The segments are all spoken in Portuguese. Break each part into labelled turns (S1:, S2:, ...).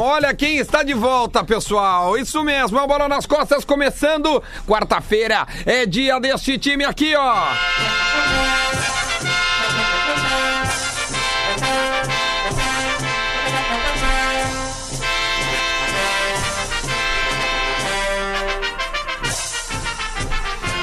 S1: Olha quem está de volta, pessoal. Isso mesmo, é o Bola nas Costas começando. Quarta-feira é dia deste time aqui, ó.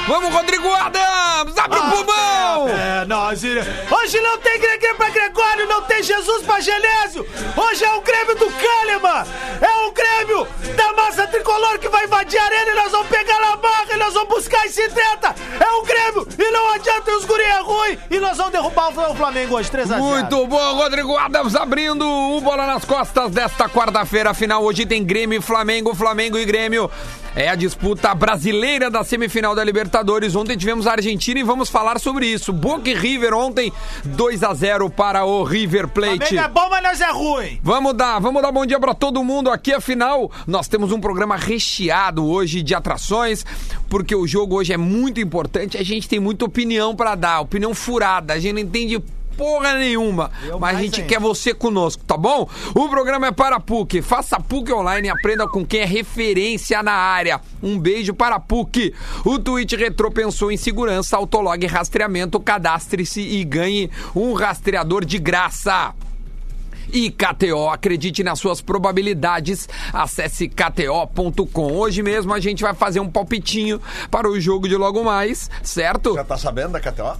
S1: Vamos, Rodrigo Adams! Abre o pulmão!
S2: É, nós ire- Hoje não tem Gregor pra Gregório, não tem Jesus pra Genésio. Hoje é o Grêmio do Kahneman. É o Grêmio da massa tricolor que vai invadir a arena e nós vamos pegar na barra e nós vamos buscar esse treta. É o Grêmio e não adianta os guri é ruim. E nós vamos derrubar o Flamengo hoje, 3 a 0
S1: Muito bom, Rodrigo Adams abrindo o Bola nas Costas desta quarta-feira. Final hoje tem Grêmio e Flamengo, Flamengo e Grêmio. É a disputa brasileira da semifinal da Libertadores. Ontem tivemos a Argentina e vamos falar sobre isso. Boca e River ontem, 2 a 0 para o River Plate.
S2: Flamengo é bom, mas nós é ruim.
S1: Vamos dar, vamos dar bom dia pra todo mundo aqui. Afinal, nós temos um programa recheado hoje de atrações, porque o jogo hoje é muito importante. A gente tem muita opinião pra dar, opinião furada. A gente não entende porra nenhuma,
S2: Eu
S1: mas a
S2: mais
S1: gente
S2: ainda.
S1: quer você conosco, tá bom? O programa é para a PUC. Faça PUC online e aprenda com quem é referência na área. Um beijo para a PUC. O Twitch Retro pensou em segurança, autolog e rastreamento. Cadastre-se e ganhe um rastreador de graça. E KTO, acredite nas suas probabilidades. Acesse kto.com. Hoje mesmo a gente vai fazer um palpitinho para o jogo de logo mais, certo?
S3: Já tá sabendo da KTO?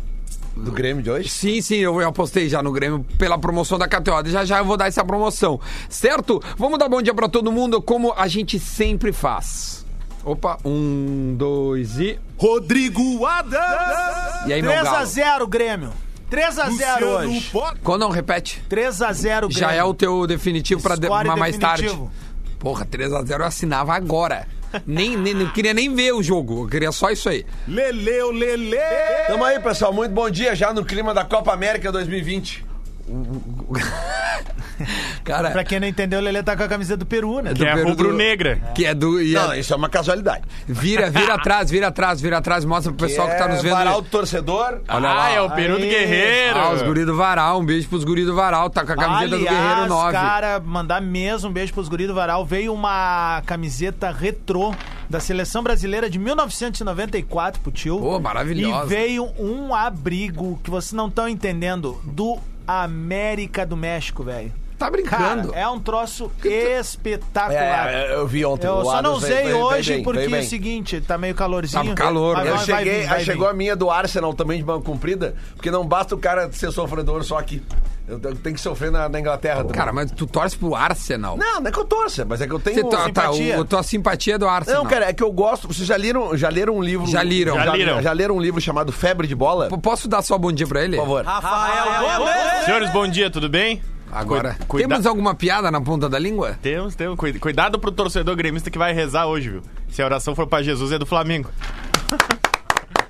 S3: Do Grêmio de hoje?
S1: Sim, sim, eu eu apostei já no Grêmio pela promoção da KTO. Já já eu vou dar essa promoção, certo? Vamos dar bom dia para todo mundo, como a gente sempre faz. Opa, um, dois e.
S4: Rodrigo Adams.
S1: E aí, meu
S2: 3 a
S1: galo?
S2: 0 Grêmio. 3 a 0
S4: Luciano
S2: hoje.
S4: Potter.
S1: Quando não repete?
S2: 3 a 0 Grêmio.
S1: Já é o teu definitivo pra de-
S2: Score
S1: pra mais tarde.
S2: definitivo.
S1: Porra, 3x0 eu assinava agora. Nem, nem, não queria nem ver o jogo, eu queria só isso aí.
S4: Leleu, Lele.
S3: Tamo aí, pessoal. Muito bom dia já no clima da Copa América 2020.
S2: Pra
S1: Cara,
S2: quem não entendeu, o Lelê tá com a camisa do Peru, né?
S1: é
S5: rubro-negra.
S1: que é do. e é-
S3: Não, isso é uma casualidade.
S1: vira, vira atrás, vira atrás, vira atrás, mostra pro pessoal que tá nos vendo.
S3: é Varal do torcedor.
S1: Olha lá.
S5: Ah, é o período
S2: Aí.
S5: guerreiro.
S1: Ah, os guri do Varal, um beijo pros guri do Varal, tá com a camiseta do Guerreiro 9.
S2: cara, mandar mesmo um beijo pros guri do Varal. Veio uma camiseta retrô da seleção brasileira de 1994 pro tio.
S1: Pô, maravilhosa.
S2: E veio um abrigo que vocês não estão entendendo do América do México, velho.
S1: Tá
S2: Cara,
S1: brincando.
S2: é um troço espetacular.
S3: É, eu vi ontem.
S2: Eu
S3: O
S2: só não
S3: Adams veio-
S2: usei
S3: veio- veio
S2: hoje
S3: bem,
S2: porque é
S3: veio
S2: o
S3: bem.
S2: seguinte, tá meio
S1: Tá
S2: calorzinho.
S1: calor,
S2: mas
S1: né?
S3: Eu
S2: vai- vai
S3: cheguei,
S2: vir, vai
S3: aí chegou
S2: vir.
S3: a minha do Arsenal também de mão comprida, porque não basta o cara ser sofredor só aqui. Eu eu tenho que sofrer na, na Inglaterra também.
S1: Cara, mas tu torce pro Arsenal.
S3: é- Não, não é que eu torça, mas é que eu tenho.
S1: Você tá, tá,
S2: simpatia.
S1: o, tua simpatia é do Arsenal.
S3: Não, cara, é que eu gosto. Vocês já leram, já leram um livro.
S1: Já leram.
S3: Já,
S5: Já leram.
S3: já leram um livro chamado Febre de Bola?
S1: P-
S3: Por
S1: Posso dar só bom dia pra ele?
S3: favor.
S2: Ah, é
S3: Ah, é
S2: Rafael Gomes!
S5: Senhores, bom dia, tudo bem?
S1: Agora,
S5: Cu- cuida-
S1: temos alguma piada na ponta da língua?
S5: Temos, temos. Cuida- Cuidado pro torcedor gremista que vai rezar hoje, viu? Se a oração for pra Jesus, é do Flamengo.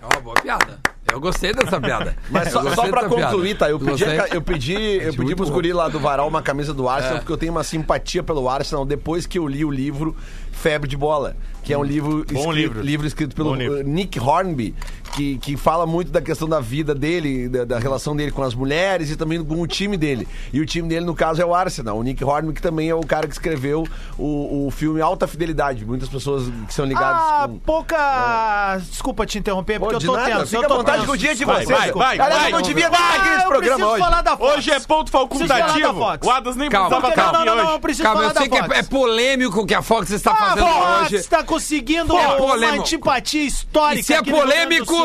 S1: É uma boa piada. Eu gostei dessa piada.
S3: Mas
S1: Eu
S3: só,
S1: gostei
S3: só pra
S1: dessa piada.
S3: concluir, tá? Eu
S1: Tu
S3: pedi, a
S1: gostei?
S3: ca- eu pedi, eu
S1: Gente,
S3: pedi
S1: muito
S3: pros
S1: bom. É.
S3: guri lá do Varal uma camisa do Arsenal, porque eu tenho uma simpatia pelo Arsenal depois que eu li o livro Febre de Bola, que
S1: Hum.
S3: é um livro, escrito,
S5: livro.
S3: escrito pelo
S5: Bom livro.
S3: eh, Nick Hornby, que, que fala muito da questão da vida dele, da, da relação dele com as mulheres e também com o time dele. E o time dele, no caso, é o Arsenal. O Nick Hornby, que também é o cara que escreveu o, o filme Alta Fidelidade. Muitas pessoas que são ligadas
S2: Ah,
S3: com...
S2: pouca. Desculpa te interromper, porque
S3: Pô,
S2: eu
S3: de
S2: tô
S3: nada,
S2: tenso.
S3: fica
S2: eu tô
S3: à vontade
S2: tenso.
S3: com o dia de
S2: Desculpa,
S3: vocês.
S2: desculpa.
S5: Vai,
S3: Galera,
S5: vai,
S3: não
S5: vamos
S3: devia estar aqui
S2: Ah,
S3: nesse
S2: eu
S3: programa
S2: preciso
S3: hoje.
S2: falar da Fox.
S5: Hoje é ponto facultativo.
S2: Preciso falar da Fox.
S5: O Adas nem
S1: Calma,
S3: tá
S5: precisava estar
S1: calma.
S2: Não,
S5: aqui
S2: não, não,
S5: hoje.
S2: não, eu preciso
S1: Calma, eu
S2: falar da Ah,
S1: sei que
S2: Fox.
S1: é, é polêmico o que a Fox está fazendo
S2: a Fox
S1: hoje.
S2: tá conseguindo
S1: É
S2: uma
S1: polêmico.
S2: antipatia histórica.
S1: E se é
S2: aqui no Rio Grande do
S1: polêmico?
S2: Sul.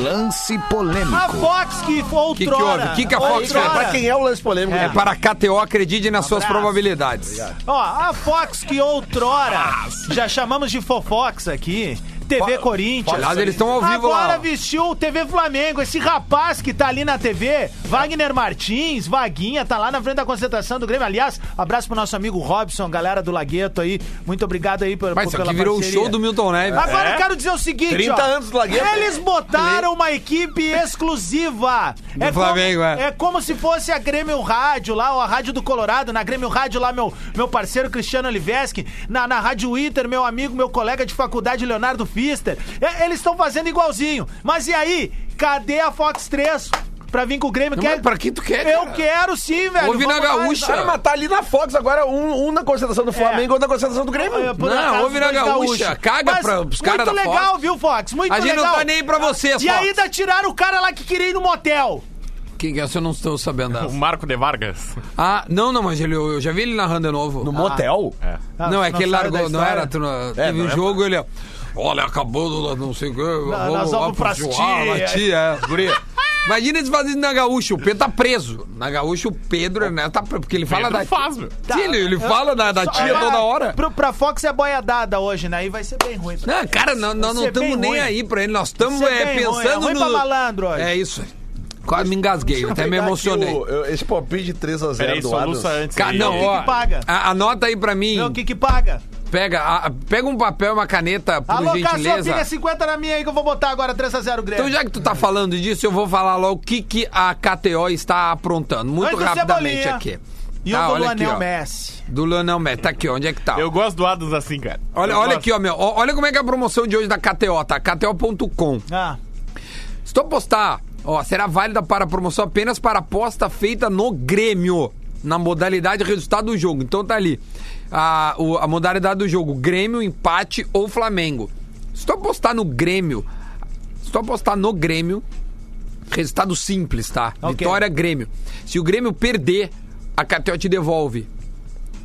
S6: Lance
S2: A
S6: polêmico.
S2: Fox que outrora...
S1: Que que houve? Que que a Fox fez?
S2: outrora-
S3: Pra quem é o lance polêmico?
S1: É
S3: né?
S1: para a KTO, acredite nas suas
S2: Um abraço.
S1: probabilidades.
S2: Ó, a Fox que outrora, já chamamos de Fofox aqui, TV Corinthians.
S1: Aliás, eles estão ao vivo
S2: Agora
S1: lá. ó.
S2: vestiu o TV Flamengo. Esse rapaz que tá ali na TV, Wagner Martins, Vaguinha, tá lá na frente da concentração do Grêmio. Aliás, abraço pro nosso amigo Robson, galera do Lagueto aí. Muito obrigado aí por,
S1: Mas
S2: por-
S1: isso
S2: pela
S1: aqui virou o
S2: parceria.
S1: show do Milton né? Neves.
S2: Agora
S5: É?
S2: eu quero dizer o seguinte,
S3: 30
S2: ó.
S3: anos do Lagueto.
S2: Eles botaram uma equipe exclusiva.
S1: Do Flamengo,
S2: como,
S1: é.
S2: como se fosse a Grêmio Rádio lá, ou a Rádio do Colorado, na Grêmio Rádio lá, meu, meu parceiro Cristiano Oliveski, na, na Rádio Inter, meu amigo, meu colega de faculdade, Leonardo Fister. É, eles estão fazendo igualzinho. Mas e aí? Cadê a Fox 3? pra vir com o Grêmio.
S1: Não,
S2: Quer...
S1: mas pra que tu quer,
S2: Eu
S1: cara?
S2: quero sim, velho.
S1: Ouve na
S2: Vamos lá,
S1: Gaúcha.
S3: Cara, mas tá ali na Fox agora, um, um na concentração do Flamengo, outro na concentração do Grêmio.
S2: É, por
S1: Não,
S2: acaso,
S1: ouve na
S2: dois
S1: Gaúcha,
S2: gaúchos.
S1: caga
S2: Mas
S1: pra- pros caras da
S2: Muito legal,
S1: Fox.
S2: viu, Fox? Muito
S1: A gente
S2: legal. Ah,
S1: não tá nem aí pra vocês,
S2: E
S1: Fox.
S2: ainda tiraram o cara lá que queria ir no motel.
S1: Quem que é? Se eu não estou sabendo
S5: O
S1: dessa.
S5: Marco de Vargas.
S1: Ah, não, não, mas ele, eu já vi ele narrando de novo.
S3: No motel?
S5: É.
S2: Ah,
S1: não, é
S2: você
S1: que ele
S2: sabe da
S1: largou, não
S2: história? É,
S1: era. tu não- teve um jogo, ele. Olha, acabou do não sei o que.
S2: nós
S1: Vamos
S2: vamos
S1: lá
S2: pras
S1: pro Joala,
S2: tias."
S1: tia, é, guria. Imagina eles fazendo isso na Gaúcha. O Pedro tá preso. Na Gaúcha, o Pedro, né? Tá, pre- porque ele fala
S5: Pedro
S1: da.
S5: faz, meu.
S1: Sim, ele, ele fala da, da
S2: Só-
S1: tia toda hora.
S2: Pro, pra Fox é boia dada hoje, né? Aí vai ser bem ruim. pra-
S1: Não, cara, nós, nós não
S2: Isso é bem
S1: estamos nem
S2: ruim.
S1: aí pra ele. Nós estamos
S2: Isso é
S1: é,
S2: bem ruim, é
S1: pensando
S2: ruim
S1: no.
S2: pra malandro, olha.
S1: É isso. Quase me engasguei, eu até me emocionei.
S3: O- eu- esse palpite de 3x0
S5: Peraí,
S3: do Adams.
S5: soluça antes.
S1: Cara,
S5: aí.
S1: não,
S2: que
S1: ó.
S2: paga?
S1: a- Anota aí pra mim.
S2: Não, o que que paga?
S1: Pega, a- pega um papel, uma caneta, por
S2: Alô, Cassio,
S1: gentileza.
S2: fica 50 é na minha aí que eu vou botar agora 3x0 Grêmio.
S1: Então, já que tu tá falando disso, eu vou falar logo o que, que a KTO está aprontando. Muito
S2: Antes do
S1: rapidamente
S2: Cebolinha.
S1: aqui.
S2: E
S1: Tá,
S2: o do
S1: olha aqui,
S2: Luanel
S1: ó.
S2: Messi.
S1: Do Leonel Messi. Tá aqui, ó. onde é que tá?
S5: Eu gosto do Adams assim, cara.
S1: Olha,
S5: Eu
S1: olha
S5: gosto.
S1: aqui, ó, meu. Ó, Olha como é que é a promoção de hoje da KTO, tá? KTO.com.
S2: Ah,
S1: Se tu apostar, ó, será válida para a promoção apenas para aposta feita no Grêmio, na modalidade resultado do jogo. Então tá ali. A, o- a modalidade do jogo, Grêmio, empate ou Flamengo. Se tu apostar no Grêmio, se tu apostar no Grêmio, resultado simples, tá?
S2: Ok.
S1: Vitória, Grêmio. Se o Grêmio perder, a KTO te devolve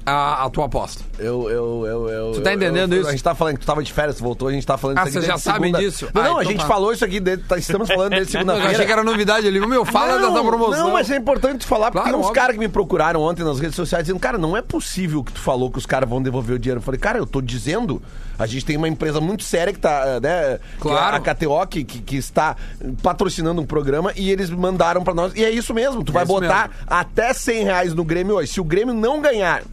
S1: a, a tua aposta.
S3: Eu, eu, eu, eu,
S1: Tu tá
S3: eu-
S1: entendendo
S3: eu-
S1: isso?
S3: A gente tá falando que tu tava de férias, tu voltou, a gente tá falando
S1: Ah,
S3: isso aqui
S1: vocês
S3: desde
S1: já sabem
S3: segunda.
S1: disso?
S3: Não,
S1: Ah,
S3: não, a
S1: então
S3: gente
S1: tá.
S3: falou isso aqui, desde, tá- estamos falando desde
S1: Eu achei que
S3: segunda-feira.
S1: era novidade ali. Meu, fala dessa promoção.
S3: não, mas é importante tu falar, porque
S1: Claro,
S3: tem uns
S1: óbvio.
S3: caras que me procuraram ontem nas redes sociais dizendo, cara, não é possível que tu falou que os caras vão devolver o dinheiro. Eu falei, cara, eu tô dizendo, a gente tem uma empresa muito séria que tá, né,
S1: Claro.
S3: que é a KTO, que, que, que está patrocinando um programa e eles mandaram pra nós, e é isso mesmo, tu vai
S1: isso
S3: botar
S1: mesmo.
S3: até 100 reais no Grêmio hoje, se o Grêmio não ganhar,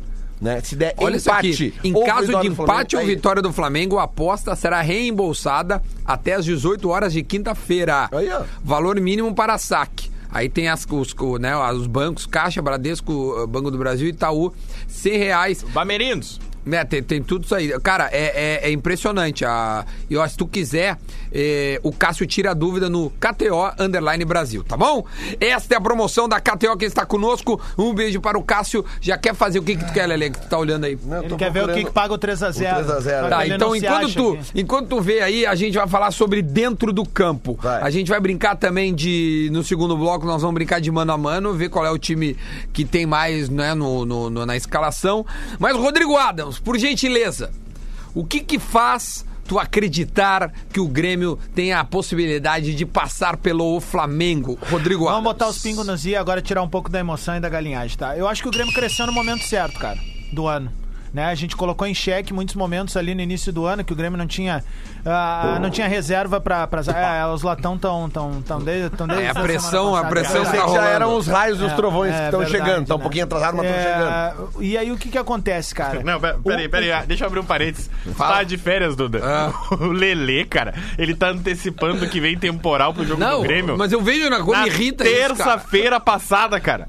S3: né, se der
S1: Olha
S3: empate...
S1: isso aqui. Em
S3: ou
S1: caso
S3: vitória
S1: de
S3: do Flamengo, tá
S1: empate ou
S3: aí-
S1: vitória do Flamengo, a aposta será reembolsada até às 18 horas de quinta-feira.
S3: Aí, ó.
S1: Valor mínimo para saque. Aí tem as, os, o, né, os bancos, Caixa, Bradesco, eh, Banco do Brasil, Itaú, 100 reais.
S5: Bamerindos.
S1: Né, tem, tem tudo isso aí. Cara, é, é- é impressionante. A... E ó, se tu quiser, eh, o Cássio tira a dúvida no KTO Underline Brasil, tá bom? Esta é a promoção da KTO que está conosco. Um beijo para o Cássio. Já quer fazer o que, que tu quer, Lele, que tu tá olhando aí?
S3: Não, eu
S2: ele
S3: tô
S2: quer ver o que,
S3: procurando-
S2: que paga o 3x0.
S3: O 3x0.
S2: Só que
S1: Tá,
S2: ele
S1: então
S2: não se
S1: enquanto
S2: acha
S1: tu,
S2: aqui.
S1: enquanto tu vê aí, a gente vai falar sobre dentro do campo.
S3: Vai.
S1: A gente vai brincar também de. No segundo bloco, nós vamos brincar de mano a mano, ver qual é o time que tem mais né, no, no- no- na escalação. Mas, Rodrigo Adams, por gentileza, o que que faz tu acreditar que o Grêmio tem a possibilidade de passar pelo Flamengo, Rodrigo Adams?
S2: Vamos botar os pingos nos i agora tirar um pouco da emoção e da galinhagem, tá? Eu acho que o Grêmio cresceu no momento certo, cara, do ano. Né? A gente colocou em xeque muitos momentos ali no início do ano que o Grêmio não tinha ah, não tinha reserva pra. pra é, os latão tão tão tão desde, tão desde
S1: É, a
S2: semana
S1: pressão- a
S2: passada.
S1: pressão
S3: Eu
S1: tá
S3: sei que já
S1: rolando.
S3: eram os raios e os
S2: É,
S3: trovões
S2: é
S3: que estão
S2: verdade,
S3: chegando. Tá um
S2: né?
S3: pouquinho atrasado, mas estão chegando. é
S2: É, E aí o que que acontece, cara?
S5: Não, pe- peraí, peraí. ah, Deixa eu abrir um parênteses.
S1: Fala.
S5: Tá de férias, Duda.
S1: Ah.
S5: O Lelê, cara, ele tá antecipando que vem temporal pro jogo
S1: Não,
S5: do Grêmio.
S1: mas eu vejo na coisa,
S5: Na
S1: me irrita isso, cara.
S5: terça-feira passada, cara.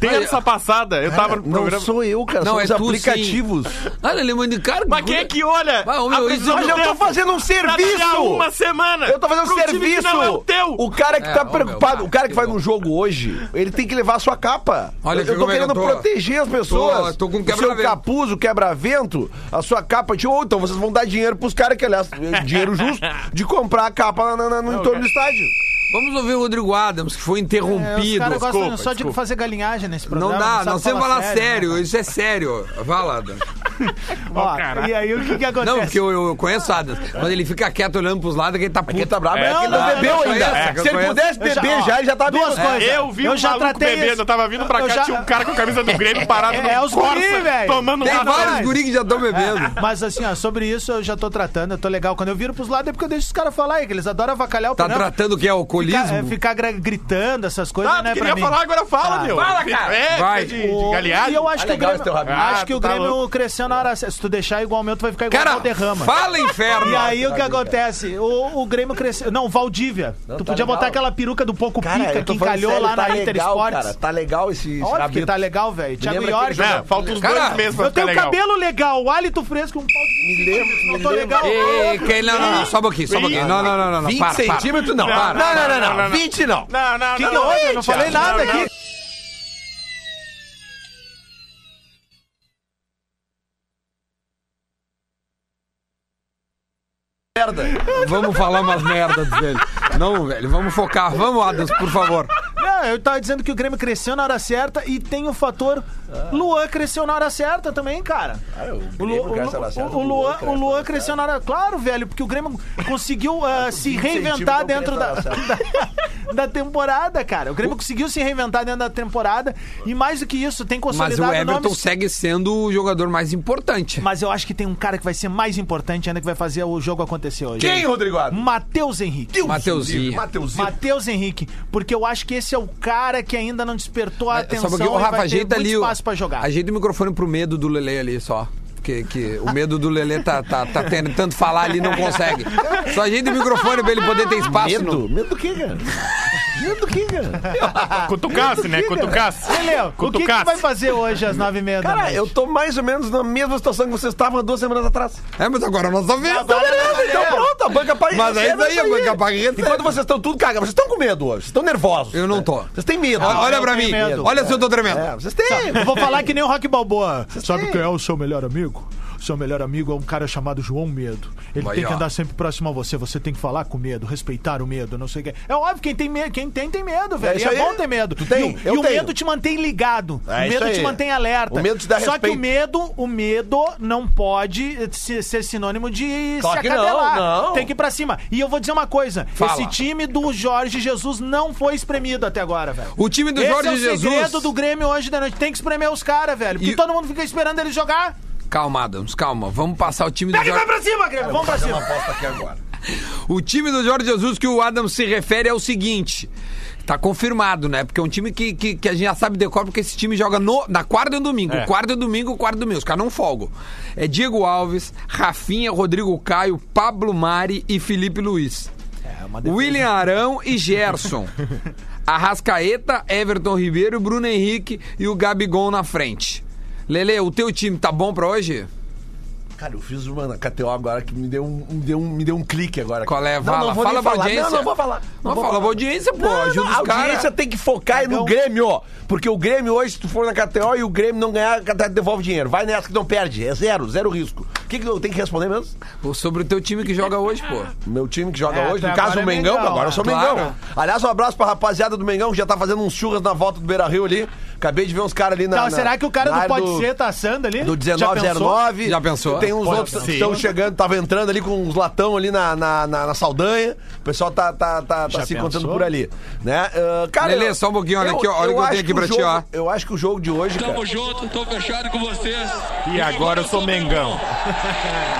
S5: Terça passada, eu tava no
S3: Não
S5: programa.
S3: sou eu, cara.
S1: Não,
S3: são
S1: é
S3: os
S1: tu, sim.
S3: aplicativos.
S1: Olha, lembrando de cara.
S5: Mas quem é que olha?
S1: Vai, ô, meu,
S5: a
S1: isso
S5: previsão
S1: eu
S5: do
S1: já
S5: tempo?
S3: fazendo um
S5: Trabalhar tá uma semana.
S3: Eu tô fazendo um
S5: pra um time que
S3: serviço.
S5: Não é o teu.
S3: O cara que
S1: É,
S3: tá
S1: ô,
S3: preocupado,
S1: meu,
S3: o cara que
S1: cara,
S3: vai no jogo hoje, ele tem que levar a sua capa.
S1: Olha
S3: eu,
S1: aqui
S3: eu tô
S1: como é que
S3: querendo
S1: eu tô.
S3: proteger as pessoas.
S1: tô com
S3: o seu
S1: quebra-vento.
S3: capuz, o quebra-vento, a sua capa de ou então vocês vão dar dinheiro pros caras que aliás, é dinheiro justo de comprar a capa na- na- no entorno do estádio.
S1: Vamos ouvir o Rodrigo Adams, que foi
S2: É, os
S1: interrompido.
S2: caras gostam
S5: desculpa,
S2: só de
S5: desculpa.
S2: fazer galinhagem nesse
S1: Não
S2: programa.
S1: dá,
S2: sabe
S1: nós temos que falar sério,
S2: né?
S1: isso é sério. Vai lá, Adams.
S2: Ó,
S5: caralho.
S2: e aí o que que acontece?
S1: Não, porque eu, eu conheço o Adams. Quando ele fica quieto olhando pros lados, é que ele tá puto.
S3: Quem tá brabo é
S2: Não,
S3: que ele não
S2: não,
S3: bebeu
S2: eu
S3: ainda.
S1: conheço, é eu
S3: Se ele
S1: conheço.
S3: pudesse
S2: Eu já-
S3: beber já, ele já tá
S2: Duas
S3: bêbado.
S2: coisas.
S5: Eu vi
S2: Eu
S5: um
S2: já
S5: maluco
S2: tratei
S5: bebendo,
S2: isso.
S5: eu tava vindo pra
S2: Eu
S5: cá,
S2: já-
S5: tinha um cara com a camisa do Grêmio parado
S2: É,
S5: no
S2: é os
S5: Corsa,
S2: guri, velho.
S5: tomando
S1: Tem
S5: uma
S1: vários
S2: atrás.
S1: guri que já estão bebendo.
S2: Mas assim, ó, sobre isso eu já tô tratando, eu tô legal. Quando eu viro pros lados é porque eu deixo os caras falar aí, que eles adoram avacalhar o
S1: Tá
S2: programa.
S1: tratando o que é alcoolismo?
S2: Ficar, é, ficar gra- gritando essas coisas,
S5: Ah,
S2: né,
S5: tu queria
S2: pra mim.
S5: falar, agora fala,
S2: Tá.
S5: meu.
S1: Fala, cara.
S5: É,
S1: Vai.
S5: de, de galeagem.
S2: E eu acho
S3: Ah,
S2: que o
S3: legal
S2: Grêmio,
S3: esse teu rabinho.
S2: acho
S5: Ah,
S2: que o
S5: tu tá
S2: Grêmio
S5: louco.
S2: cresceu aconteceu na hora. certa. Se tu deixar igual o meu, tu vai ficar igual
S1: Cara,
S2: ao derrama.
S1: fala inferno!
S2: E aí o que acontece? O, o Grêmio cresceu. Não, Valdívia.
S3: Não,
S2: tu
S3: tá
S2: podia
S3: legal.
S2: botar aquela peruca do Poco
S3: Cara,
S2: Pica
S3: eu
S2: que
S3: tô falando
S2: encalhou
S3: sério,
S2: lá
S3: tá
S2: na Inter
S3: legal,
S2: Esportes.
S3: cara, tá legal esse
S2: Óbvio que
S3: chaveiro.
S2: tá legal, velho. Thiago
S3: lembra
S2: York.
S3: aquele
S5: É, falta uns
S1: Cara,
S5: dois meses pra
S2: Eu
S5: ficar
S2: tenho um
S5: legal.
S2: cabelo legal, hálito fresco e um pau de
S3: Me lembro,
S2: Não tô
S3: me
S2: legal.
S3: lembro.
S1: Ei, ei, que- não, não, não, só um pouquinho, só um pouquinho. Não, não, não, não, não.
S3: 20
S1: para, para.
S3: centímetros não. Para.
S5: não, não, não, não.
S3: 20 não.
S5: Não, não,
S2: Que nojo, eu não falei nada
S5: Não, não.
S2: aqui.
S3: Merda.
S1: Vamos falar umas merdas dele. Não, velho, vamos focar. Vamos, Adams, por favor.
S2: Não, eu tava dizendo que o Grêmio cresceu na hora certa e tem o fator Luan cresceu na hora certa também, cara.
S3: Cara, o
S2: O,
S3: Grêmio
S2: Lu- o,
S3: cresce na hora
S2: Lu-
S3: certa,
S2: o
S3: o
S2: Luan,
S3: Luan cresce
S2: o
S3: na
S2: Luan
S3: hora
S2: cresceu na hora. Claro, velho, porque o Grêmio conseguiu ah, se
S3: 20
S2: reinventar
S3: centímetros
S2: dentro
S3: não
S2: da,
S3: cresce na
S2: da, da temporada, cara. O Grêmio conseguiu se reinventar dentro da temporada e mais do que isso, tem
S1: Mas
S2: consolidado
S1: o Everton
S2: nomes-
S1: segue sendo o jogador mais importante.
S2: Mas eu acho que tem um cara que vai ser mais importante ainda que vai fazer o jogo acontecer hoje.
S3: Quem, Rodrigo? Adams?
S2: Matheus Henrique.
S1: Hum, Mateuzinho.
S3: Mateuzinho.
S2: Matheus Henrique, porque eu acho que esse é o cara que ainda não despertou a atenção
S1: É, Só porque o
S2: e
S1: Rafa
S2: vai ter
S1: ajeita
S2: muito
S1: ali. o-
S2: espaço pra jogar.
S1: Ajeita o microfone pro medo do Lele ali só. Que, que o medo do Lele tá, tá, tá tentando falar ali e não consegue. Só ajeita o microfone pra ele poder ter espaço. no-
S3: Medo? Medo do quê, cara? Medo do quê, cara?
S5: Cutucasse, né? Cutucasse.
S2: Leleu, o que, que tu
S5: Cutucasse.
S2: vai fazer hoje às nove e meia da
S3: Cara,
S2: noite?
S3: eu tô mais ou menos na mesma situação que vocês estavam há duas semanas atrás.
S1: É, mas agora nós só vemos.
S2: Agora nós só
S3: Então
S2: É.
S3: pronto, a banca paga tá
S1: Mas é isso aí, a banca paga recebe.
S3: Enquanto vocês estão tudo cagando, vocês estão com medo hoje, vocês estão nervosos.
S1: Eu não tô.
S3: Vocês têm medo.
S1: Olha
S2: eu
S1: pra
S2: tenho
S1: mim.
S2: medo.
S1: Olha se eu tô tremendo.
S3: É, vocês têm.
S2: Eu vou falar que nem o Rock Balboa. Sabe
S3: sim.
S2: quem é o seu melhor amigo? Seu melhor amigo é um cara chamado João Medo. Ele
S1: Aí,
S2: tem que
S1: ó.
S2: andar sempre próximo a você. Você tem que falar com medo, respeitar o medo, não sei o que. É óbvio, quem tem medo, quem tem, tem medo, velho.
S3: isso
S2: E É,
S3: aí.
S2: bom ter medo.
S3: Tu tem?
S2: E, o-
S3: Eu
S2: e o
S3: tenho.
S2: medo te mantém ligado.
S3: É
S2: o
S3: isso
S2: medo te
S3: aí.
S2: mantém alerta.
S3: O medo te dá
S2: Só que o
S3: respeito.
S2: medo, o medo não pode se- ser sinônimo de
S3: Claro
S2: se
S3: que não,
S2: acadelar.
S3: não.
S2: Tem que ir pra cima. E eu vou dizer uma coisa:
S1: Fala.
S2: esse time do Jorge Jesus não foi espremido até agora, velho.
S1: O time do
S2: Esse
S1: Jorge
S2: é o
S1: Jesus.
S2: segredo do Grêmio hoje da noite. Tem que espremer os caras, velho. Porque
S1: E-
S2: todo mundo fica esperando eles jogar.
S1: Calma, Adams, calma. Vamos passar o time do
S2: Pega e vai
S1: Jorge.
S2: pra cima, Grêmio. Vamos pra cima.
S3: Aposta aqui agora.
S1: O time do Jorge Jesus que o Adams se refere é o seguinte. Tá confirmado, né? Porque é um time que, que, que a gente já sabe de cor, porque esse time joga no, na quarta e no domingo.
S5: É.
S1: Quarta e domingo, quarta e domingo. Os caras não folgam. É Diego Alves, Rafinha, Rodrigo Caio, Pablo Mari e Felipe Luiz. William Arão e Gerson. Arrascaeta, Everton Ribeiro, Bruno Henrique e o Gabigol na frente. Lele, o teu time tá bom pra hoje?
S3: Cara, eu fiz uma na KTO agora que me deu um, me deu um, me deu um clique agora.
S1: Qual é?
S3: Não,
S1: Fala,
S3: não vou
S1: fala
S3: nem
S1: pra
S3: falar.
S1: audiência.
S3: Não, não vou falar.
S1: Não,
S3: vou
S1: fala pra
S3: falar.
S1: audiência, pô.
S3: Não,
S1: ajuda
S3: não,
S1: os
S3: a
S1: caras.
S3: audiência tem que focar aí
S2: Cagão.
S3: no Grêmio, porque o Grêmio hoje, se tu for na KTO e o Grêmio não ganhar, a KTO devolve dinheiro. Vai nessa que não perde, é zero, zero risco. O que, que eu tenho que responder mesmo?
S1: Pô, Sobre o teu time que joga hoje, pô.
S3: Meu time que joga
S2: É,
S3: hoje,
S2: até
S3: no caso
S2: agora
S3: o
S2: é
S3: Mengão,
S2: Mengão,
S3: agora
S2: né?
S3: eu sou
S1: Claro.
S3: Mengão. Aliás, um abraço pra rapaziada do Mengão que já tá fazendo uns churras na volta do Beira Rio ali. Acabei de ver uns caras ali na,
S2: Tá,
S3: na-
S2: será que o cara
S3: na
S2: não
S3: área
S2: pode
S3: do-
S2: ser, tá assando ali?
S3: Do
S2: Já pensou?
S3: 1909.
S1: Já pensou?
S3: Tem uns
S5: Pode
S3: outros que
S5: ser.
S3: estão chegando, estavam entrando ali com uns latão ali na, na, na, na Saldanha. O pessoal tá, tá, tá, tá
S2: Já
S3: se encontrando
S2: pensou?
S3: por ali. Né? Ah, cara,
S1: Lelê,
S3: eu-
S1: só um pouquinho, olha aqui, ó, olha o que eu
S3: acho
S1: tenho aqui pra
S3: o
S1: ti, ó.
S3: jogo- Eu acho que o jogo de hoje, cara,
S7: Tamo junto, tô fechado com vocês.
S5: E agora eu sou Mengão.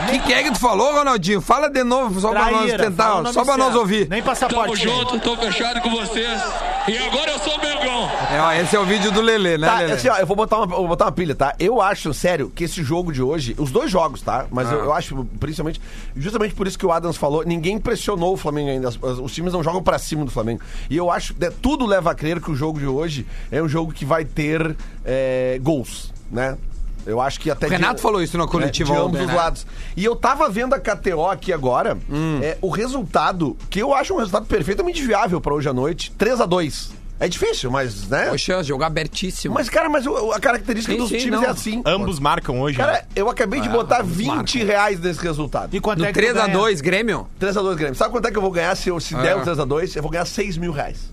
S1: O que, que é que tu falou, Ronaldinho? Fala de novo, só pra nós
S2: Traíra, fala o
S1: tentar,
S2: nome
S1: só pra nós
S2: certo.
S1: ouvir.
S2: Nem
S7: Tamo
S2: passaporte.
S7: junto, tô fechado com vocês. E agora eu sou Mengão.
S1: É, ó, esse é o vídeo do Lelê, né,
S3: Tá,
S1: Lelê?
S3: assim, ó, eu vou botar, uma, eu vou botar uma pilha, tá? Eu acho, sério, que esse jogo de hoje, os dois jogos, tá? Mas
S1: Ah.
S3: eu, eu acho, principalmente, justamente por isso que o Adams falou, ninguém pressionou o Flamengo ainda. As- as- os times não jogam pra cima do Flamengo. E eu acho, né, tudo leva a crer que o jogo de hoje é um jogo que vai ter é, gols, né? Eu acho que até.
S1: O Renato falou isso na coletiva
S3: né, De
S1: ontem,
S3: ambos os
S1: né?
S3: lados. E eu tava vendo a KTO aqui agora,
S1: Hum.
S3: é, o resultado, que eu acho um resultado perfeitamente viável pra hoje à noite: 3 a 2 é difícil, mas, né?
S1: Poxa, jogo abertíssimo.
S3: Mas, cara, mas o- a característica
S1: Sim,
S3: dos
S1: sim,
S3: times
S1: não. Ah.
S3: é assim.
S5: Ambos marcam hoje. né?
S3: Cara, eu acabei de botar
S1: ambos
S3: 20
S1: marcam.
S3: reais nesse resultado.
S2: E quanto
S1: No
S2: é que tu ganha?
S1: 3x2, Grêmio?
S3: 3x2 Grêmio. Sabe quanto é que eu vou ganhar se, eu, se der
S1: É.
S3: o 3x2? Eu vou ganhar 6 mil reais.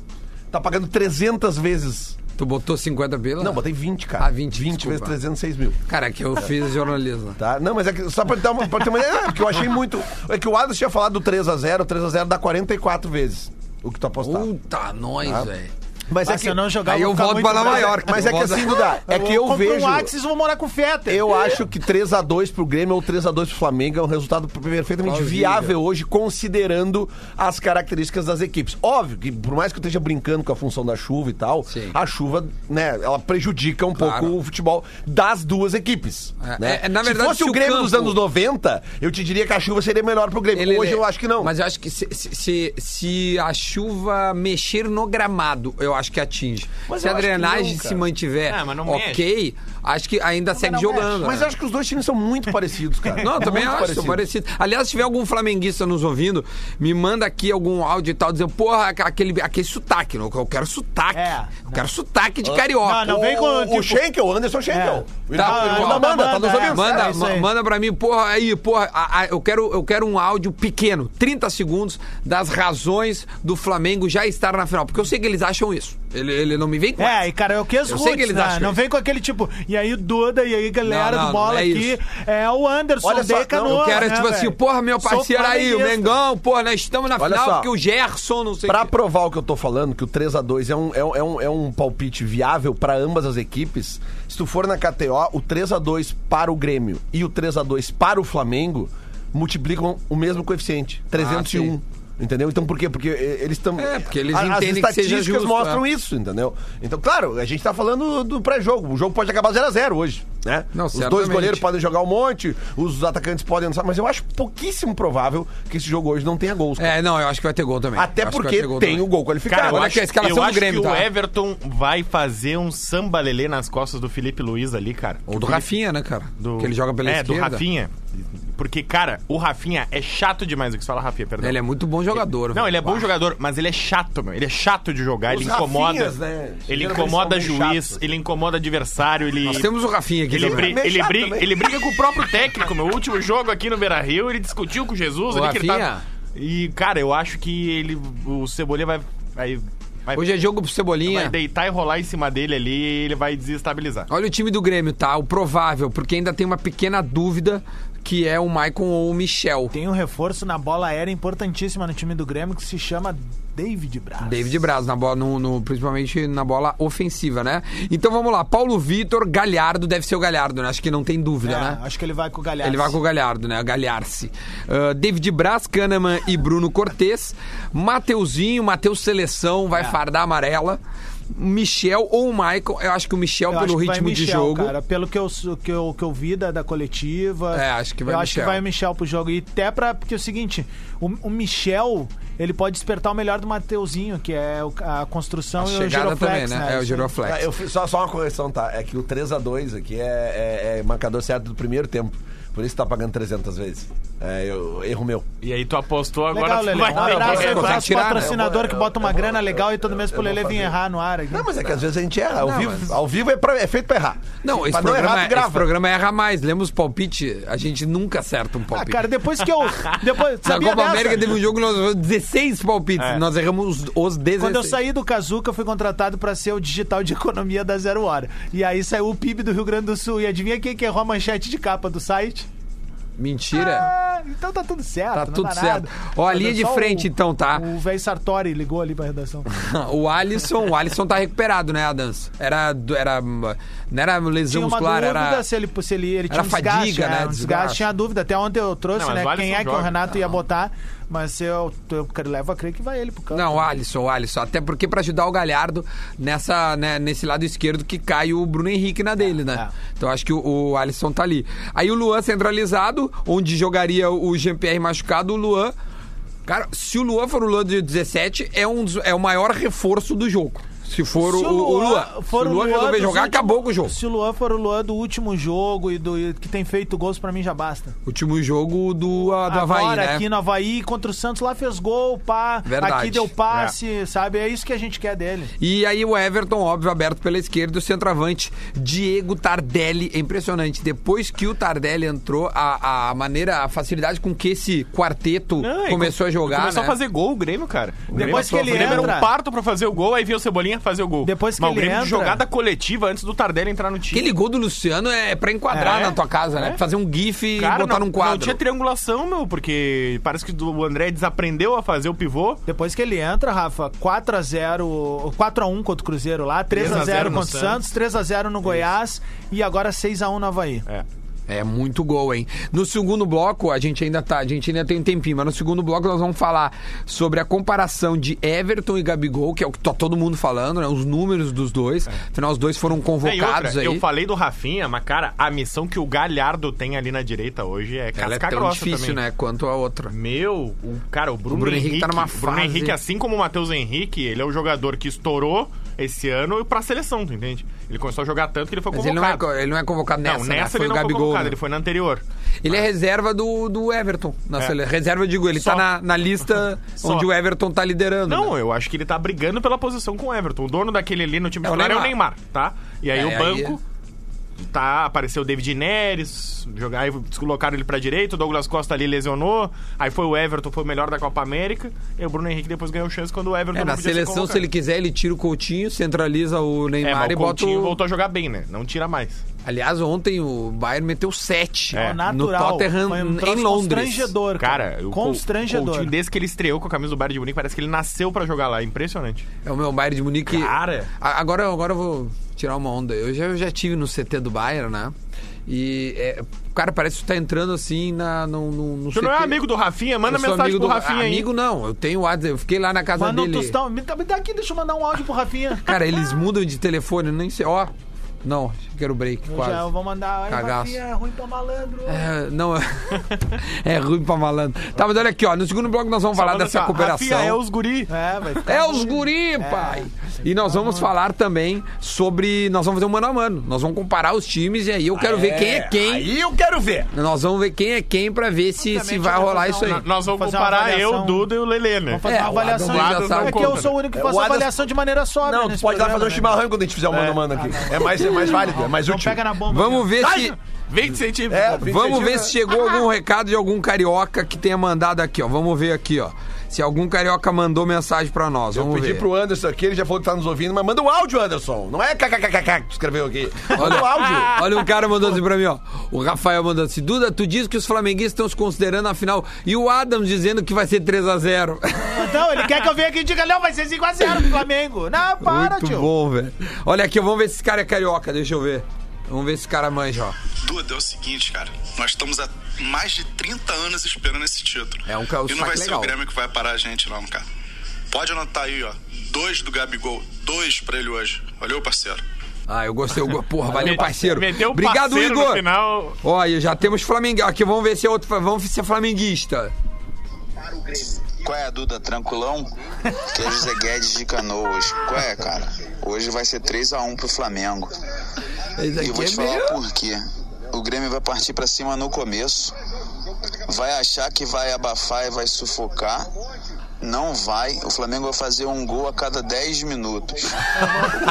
S3: Tá pagando 300 vezes.
S1: Tu botou 50 pila?
S3: Não, botei 20, cara.
S1: Ah, 20,
S3: 20
S1: desculpa.
S3: vezes 306 mil.
S1: Cara, que eu fiz jornalismo.
S3: Tá? Não, mas é que só pra, dar uma, pra ter uma ideia, é, porque eu achei muito. É que o Adams tinha falado do 3x0, 3x0 dá 44 vezes o que tu apostar.
S1: Puta, nós, velho.
S3: Mas
S2: Ah, se
S1: um
S2: eu não jogar,
S1: aí eu
S2: ficar
S1: volto
S2: muito
S1: pra Nova
S2: bravo.
S1: York.
S3: Mas é que assim, Duda, é que eu
S2: compro
S3: vejo.
S2: um Axis e vou morar com o Feta.
S3: Eu acho que 3x2 pro Grêmio ou 3x2 pro Flamengo é um resultado perfeitamente viável hoje, considerando as características das equipes. Óbvio que, por mais que eu esteja brincando com a função da chuva e tal,
S1: Sim.
S3: a chuva, né, ela prejudica um
S1: Claro.
S3: pouco o futebol das duas equipes.
S1: É,
S3: né?
S1: é, é, na verdade,
S3: se fosse
S1: se
S3: o
S1: o
S3: Grêmio
S1: campo-
S3: dos anos 90, eu te diria que a chuva seria melhor pro Grêmio.
S1: Ele-
S3: hoje eu acho que não.
S1: Mas eu acho que se, se- se- se a chuva mexer no gramado, eu acho que atinge. se a
S3: eu acho que
S1: drenagem
S3: não, cara.
S1: se mantiver
S2: É,
S5: Ah, mas não
S1: ok, acho que ainda segue jogando.
S3: Mas eu acho que os dois times são muito parecidos, cara.
S1: Não, eu
S3: É
S1: também
S3: muito
S1: acho parecido. Aliás, se tiver algum flamenguista nos ouvindo, me manda aqui algum áudio e tal, dizendo, porra, aquele, aquele sotaque. não, Eu quero sotaque.
S2: É,
S1: eu quero sotaque de carioca.
S2: Não, não vem com.
S3: O, o
S2: tipo, É.
S3: Schenkel, o Anderson Schenkel. Ele
S1: Tá,
S3: tá, ele
S1: ó,
S3: não manda, tá
S2: manda,
S3: nos ouvindo.
S2: é.
S1: Manda,
S2: isso
S1: ma-
S2: aí.
S1: manda pra mim, porra, aí, porra, a- a- eu, quero, eu quero um áudio pequeno, 30 segundos, das razões do Flamengo já estar na final. Porque eu sei que eles acham isso. Ele, ele não me vem com
S2: É, e cara, eu que as
S1: Eu sei
S2: roots,
S1: que eles
S2: né?
S1: acham
S2: Não
S1: isso.
S2: vem com aquele tipo, e aí o Duda, e aí galera
S1: Não, não,
S2: do bola
S1: não é
S2: aqui,
S1: isso.
S2: é o Anderson
S3: Olha só,
S2: de Canoa,
S3: não,
S1: Eu quero,
S2: né,
S1: tipo assim,
S2: velho?
S1: porra, meu
S2: Sou
S1: parceiro aí, o
S2: flamenguista.
S1: Mengão, porra, nós estamos na
S3: Olha
S1: final
S3: só.
S1: porque o Gerson, não sei o
S3: Pra
S1: quê.
S3: provar o que eu tô falando, que o 3x2 é um, é, um- é um, é um palpite viável pra ambas as equipes, se tu for na KTO, o 3x2 para o Grêmio e o 3x2 para o Flamengo multiplicam o mesmo coeficiente, 301.
S1: Ah, sim.
S3: Entendeu? Então por quê? Porque eh, eles estão.
S1: É, porque eles
S3: a- As
S1: entendem que seja
S3: estatísticas
S1: justo,
S3: mostram
S1: é.
S3: isso, entendeu? Então, claro, a gente tá falando do pré-jogo. O jogo pode acabar 0x0 hoje, né?
S1: Não,
S3: os dois
S1: certamente.
S3: goleiros podem jogar um monte, os atacantes podem lançar, mas eu acho pouquíssimo provável que esse jogo hoje não tenha gols. cara.
S1: É, não, eu acho que vai ter gol também.
S3: Até
S1: Eu acho que vai
S3: porque
S1: ter gol
S3: tem
S1: também.
S3: o gol
S5: Cara,
S3: qualificado.
S5: eu
S1: olha
S5: acho,
S1: que a escalação
S5: eu
S1: do
S5: acho
S1: Grêmio,
S5: que o
S1: tá?
S5: Everton vai fazer um samba lelê nas costas do Felipe Luiz ali, cara.
S1: Ou do
S5: Que o Felipe-
S1: Rafinha, né, cara?
S5: do-
S1: Que ele joga pela
S5: é,
S1: esquerda.
S5: do Rafinha. Porque, cara, o Rafinha é chato demais o que se fala Rafinha, perdão.
S1: Ele é muito bom jogador.
S5: Não,
S1: velho.
S5: ele é bom
S1: Bah.
S5: jogador, mas ele é chato, meu. Ele é chato de jogar,
S3: Os
S5: ele incomoda.
S3: Rafinhas, né?
S5: Ele
S3: Geralmente são
S5: incomoda
S3: bem
S5: juiz,
S3: chatos.
S5: ele incomoda adversário, ele.
S1: Nós temos o Rafinha aqui
S5: Ele, é
S1: também.
S5: bri-
S3: meio
S5: ele,
S3: chato
S5: briga,
S3: também.
S5: ele briga com o próprio técnico. Meu último jogo aqui no Beira Rio, ele discutiu com o Jesus.
S1: Ô,
S5: ali que ele tá...
S1: Rafinha.
S5: E, cara, eu acho que ele. O Cebolinha vai. vai, vai
S1: Hoje é jogo pro Cebolinha.
S5: Vai deitar e rolar em cima dele ali e ele vai desestabilizar.
S1: Olha o time do Grêmio, tá? O provável, porque ainda tem uma pequena dúvida que é o Maicon ou o Michel.
S2: Tem um reforço na bola aérea importantíssima no time do Grêmio que se chama David Braz.
S1: David Braz, na bola, no, no- principalmente na bola ofensiva, né? Então vamos lá. Paulo Vitor, Galhardo, deve ser o Galhardo, né? Acho que não tem dúvida,
S2: É,
S5: Ah.
S1: né?
S2: Acho que ele vai com o Galhardo.
S1: Ele vai com o Galhardo, né? Galhar-se. Ah, David Braz, Kahneman e Bruno Cortez. Mateuzinho, Matheus Seleção,
S2: É.
S1: vai fardar amarela. Michel ou o Michael. Eu acho que o Michel,
S2: Eu acho
S1: pelo
S2: que vai
S1: ritmo de
S2: Michel,
S1: jogo.
S2: Cara, pelo que eu, su- que eu, que eu vi da, da coletiva.
S1: É, acho que vai
S2: Eu
S1: Michel.
S2: acho que vai Michel pro jogo. E até pra. Porque é o seguinte: o, o Michel, ele pode despertar o melhor do Mateuzinho, que é o- a construção
S1: A
S2: e o
S1: chegada também,
S2: Giroflex.
S1: né? É o
S2: Isso aí.
S1: Giroflex.
S3: Ah, eu fiz- só, só uma correção, tá? É que o 3x2 aqui é, é- é marcador certo do primeiro tempo. Por isso tá pagando 300 vezes. É, eu, erro meu.
S5: E aí tu apostou
S2: Legal,
S5: agora. tu
S2: Lele. Um
S5: vai ter
S2: abraço
S5: que-
S2: aí
S1: Consegue
S2: pra
S1: tirar, né?
S2: patrocinador
S3: Eu
S2: que
S3: vou-
S2: bota uma
S3: eu vou-
S2: grana legal e todo
S3: eu-
S2: mês pro
S3: eu vou
S2: Lele vir
S3: fazer.
S2: errar no ar. aqui.
S3: Não, mas é que às vezes a gente erra. Ao,
S1: Não,
S3: vivo,
S1: mas-
S3: ao vivo é, pra- é feito pra errar.
S1: Não, esse
S3: Pra
S1: programa, é-
S3: errar, tu grava.
S1: esse programa erra mais. Lembra os palpites? A gente nunca acerta um
S2: Ah,
S1: palpite.
S2: cara, depois que eu. Depois,
S1: Na
S2: sabia
S1: Copa
S2: dessa? É.
S1: América teve um jogo que nós erramos 16 palpites. Nós erramos os- os 16.
S2: Quando eu saí do Kazuca, eu fui contratado pra ser o digital de economia da Zero Hora. E aí saiu o PIB do Rio Grande do Sul. E adivinha quem que errou a manchete de capa do site?
S1: Mentira.
S2: Ah, então tá tudo certo.
S1: Tá
S2: não
S1: tudo
S2: dá
S1: certo.
S2: nada.
S1: Ó, a linha
S2: Olha
S1: de
S2: só
S1: frente,
S2: o-
S1: então, tá?
S2: O velho Sartori ligou ali pra redação.
S1: O Alisson, o Alisson tá recuperado, né, Adams? Era, do- era, não era lesão
S2: Tinha uma
S1: muscular,
S2: dúvida
S1: era...
S2: se ele, se ele, ele tinha
S1: era
S2: um desgaste,
S1: fadiga, né,
S2: Um
S1: desgaste.
S2: desgaste, tinha dúvida. Até ontem eu trouxe,
S5: Não, mas
S2: né?
S5: o Alisson
S2: Quem é que o
S5: joga.
S2: Renato ia botar, mas eu, eu levo a crer que vai ele pro campo.
S1: Não, o Alisson, o Alisson. Até porque pra ajudar o Galhardo nessa, né, nesse lado esquerdo que cai o Bruno Henrique na
S2: É,
S1: dele, né? Então acho que o, o Alisson tá ali. Aí o Luan centralizado, onde jogaria o Jean-Pierre machucado, o Luan... Cara, se o Luan for o Luan de 17, é, um, dos- é o maior reforço do jogo. Se for o, o Luan.
S2: for
S1: se o Luan resolver
S2: dos
S1: jogar,
S2: últimos-
S1: acabou com o jogo.
S2: Se o Luan for o Luan do último jogo e, do, e que tem feito gols, pra mim já basta.
S1: Último jogo do, ah, do
S2: Agora
S1: Havaí, né?
S2: aqui no Havaí, contra o Santos, lá fez gol, pá.
S1: Verdade. É.
S2: Aqui deu passe, sabe? É isso que a gente quer dele.
S1: E aí o Everton, óbvio, aberto pela esquerda, e o centroavante Diego Tardelli. É impressionante. Depois que o Tardelli entrou, a, a maneira, a facilidade com que esse quarteto
S5: Não, e
S1: começou a jogar.
S5: Começou
S1: né?
S5: a fazer gol o Grêmio, cara.
S2: Depois que ele
S5: o Grêmio era um
S2: entra-
S5: parto pra fazer o gol, aí veio o Cebolinha, fazer o gol.
S2: Depois que
S5: Mas o
S2: ele
S5: Grêmio de
S2: entra-
S5: jogada coletiva antes do Tardelli entrar no time.
S1: Aquele gol do Luciano é pra enquadrar
S5: É,
S1: na tua casa, né? Fazer um gif e botar
S5: não,
S1: num
S5: não
S1: quadro.
S5: tinha triangulação, meu, porque parece que o André desaprendeu a fazer o pivô.
S2: Depois que ele entra, Rafa, 4x0, 4x1 contra o Cruzeiro lá, 3x0 contra o Santos, 3x0 no Goiás e agora 6x1 no Havaí.
S5: É.
S1: É muito gol, hein? No segundo bloco, a gente ainda tá, a gente ainda tem um tempinho, mas no segundo bloco nós vamos falar sobre a comparação de Everton e Gabigol, que é o que tá todo mundo falando, né? Os números dos dois. Afinal, os dois foram
S5: É, e outra,
S1: convocados aí.
S5: Eu falei do Rafinha, mas, cara, a missão que o Galhardo tem ali na direita hoje é casca
S1: Ela é tão
S5: grossa
S1: difícil,
S5: também.
S1: né? Quanto a outra.
S5: Meu, o cara, o Bruno,
S1: Bruno Henrique
S5: Henrique,
S1: tá numa
S5: Bruno
S1: fase-
S5: Henrique, assim como o Matheus Henrique, ele é o jogador que estourou esse ano pra seleção, tu entende? Ele começou a jogar tanto que ele foi
S1: Mas
S5: convocado.
S1: ele não, é, co- ele não é convocado nessa,
S5: Não,
S1: né?
S5: nessa
S1: Foi
S5: ele
S1: o
S5: não foi
S1: Gabigol.
S5: convocado,
S1: né?
S5: ele foi na anterior.
S1: Ele é reserva do, do Everton. Na
S5: É.
S1: sele- Reserva, eu digo, ele
S5: Só.
S1: tá na, na lista
S5: Só.
S1: onde o Everton tá liderando.
S5: Não,
S1: né?
S5: eu acho que ele tá brigando pela posição com o Everton. O dono daquele ali no time
S1: É o
S5: titular é o
S1: Neymar.
S5: Neymar, tá? E aí
S1: É,
S5: o
S1: aí é.
S5: banco. Tá, apareceu o David Neres, jogar, aí colocaram ele pra direita, o Douglas Costa ali lesionou, aí foi o Everton, foi o melhor da Copa América, e o Bruno Henrique depois ganhou chance quando o Everton
S1: É,
S5: não
S1: na
S5: podia ser
S1: seleção, se
S5: convocado.
S1: ele quiser, ele tira o Coutinho, centraliza o
S5: É,
S1: Neymar
S5: mas
S1: e
S5: o
S1: bota
S5: Coutinho
S1: o...
S5: voltou a jogar bem, né? Não tira mais.
S1: Aliás, ontem o Bayern meteu 7
S5: É.
S1: no
S2: Natural.
S1: Tottenham
S2: Foi um troço
S1: em Londres.
S2: Constrangedor, cara.
S5: Cara, o Cou-
S2: constrangedor.
S5: Coutinho, desde que ele estreou com a camisa do Bayern de Munique, parece que ele nasceu pra jogar lá, impressionante.
S1: É o meu Bayern de Munique.
S5: Cara.
S1: A- Agora, agora eu vou tirar uma onda. Eu já, eu já tive no CT do Bayern, né? E, é, cara, parece que tu tá entrando assim na, no, no, no
S5: Tu não é amigo do Rafinha? Manda mensagem pro Rafinha aí.
S1: Amigo não, eu tenho WhatsApp. Eu fiquei lá na casa
S2: Manda um
S1: dele.
S5: tá-
S2: tostão. Me dá, me dá aqui, deixa eu mandar um áudio pro Rafinha.
S1: Cara, eles mudam de telefone, eu nem sei. Ó, não, quero break,
S2: Eu
S1: quase.
S2: Já vou mandar. Ai,
S1: Cagaço.
S2: Rafinha, é ruim pra malandro.
S1: É, não, é ruim pra malandro. Tá, mas olha aqui, ó. No segundo bloco nós vamos falar
S5: Manda
S1: dessa
S5: assim, ó,
S1: cooperação.
S5: Rafinha é os guri.
S2: É, vai ficar
S1: É
S2: ruim.
S1: os guri, pai! E nós vamos falar também sobre. Nós vamos fazer um mano a mano. Nós vamos comparar os times e aí eu quero ver quem é quem.
S3: Aí eu quero ver.
S1: Nós vamos ver quem é quem pra ver se, se
S2: Obviamente,
S1: vai
S2: eu vou
S1: rolar
S2: fazer
S1: isso aí.
S2: uma-
S5: um Na- Nós vamos
S2: Fazer uma
S5: comparar eu,
S2: avaliação.
S5: o Duda e o Lelê, né?
S2: Fazer
S1: É,
S2: uma
S1: o
S2: avaliação.
S1: Adam Lázaro
S2: É
S1: não
S2: que eu
S1: conta,
S2: sou o único que
S3: É,
S2: faço
S3: o Adam-
S2: avaliação de maneira sóbria.
S3: Não, tu
S2: nesse
S3: pode ir lá fazer um
S2: programa, né?
S3: chimarrão quando a gente fizer um mano a mano aqui. É mais, é mais válido, é mais
S2: Não
S3: útil.
S2: pega na bomba.
S1: Vamos ver
S3: Ai,
S1: se.
S5: 20 É, centímetros.
S3: É,
S1: Vamos ver se chegou algum recado de algum carioca que tenha mandado aqui, ó. Vamos ver aqui, ó. Se algum carioca mandou mensagem pra nós.
S3: Eu
S1: Vamos
S3: pedi
S1: ver.
S3: pro Anderson aqui, ele já falou que tá nos ouvindo, mas manda um áudio, Anderson. Não é kkkk que escreveu aqui. Manda um áudio.
S1: Olha, um cara mandou assim pra mim, ó. O Rafael mandou assim: Duda, tu diz que os flamenguistas estão se considerando a final. E o Adams dizendo que vai ser 3x0.
S2: Não, Então, ele quer que eu venha aqui e diga, não, vai ser 5x0 pro Flamengo. Não, para,
S1: Muito
S2: tio.
S1: bom, velho. Olha aqui, vamos ver se esse cara é carioca, deixa eu ver. Vamos ver se esse cara manja, ó.
S8: Duda, é o seguinte, cara. Nós estamos há mais de 30 anos esperando esse título.
S1: É um ca- um
S8: E não vai
S1: saque
S8: ser
S1: legal.
S8: o Grêmio que vai parar a gente, não, cara. Pode anotar aí, ó. Dois do Gabigol. Dois pra ele hoje. Valeu, parceiro.
S1: Ah, eu gostei. eu- Porra, valeu, parceiro.
S5: Meteu o
S1: Obrigado,
S5: parceiro
S1: Igor.
S5: no final.
S1: Olha, já temos Flamengo. Aqui, vamos ver se é outro. Vamos ver se é flamenguista.
S9: Qual é, Duda? Tranquilão? Que é José Guedes de Canoas. Qual é, cara? Hoje vai ser 3x1 pro Flamengo.
S1: Esse
S9: E eu vou te
S1: aqui é
S9: falar
S1: meio.
S9: por quê. O Grêmio vai partir pra cima no começo. Vai achar que vai abafar e vai sufocar. Não vai. O Flamengo vai fazer um gol a cada 10 minutos. O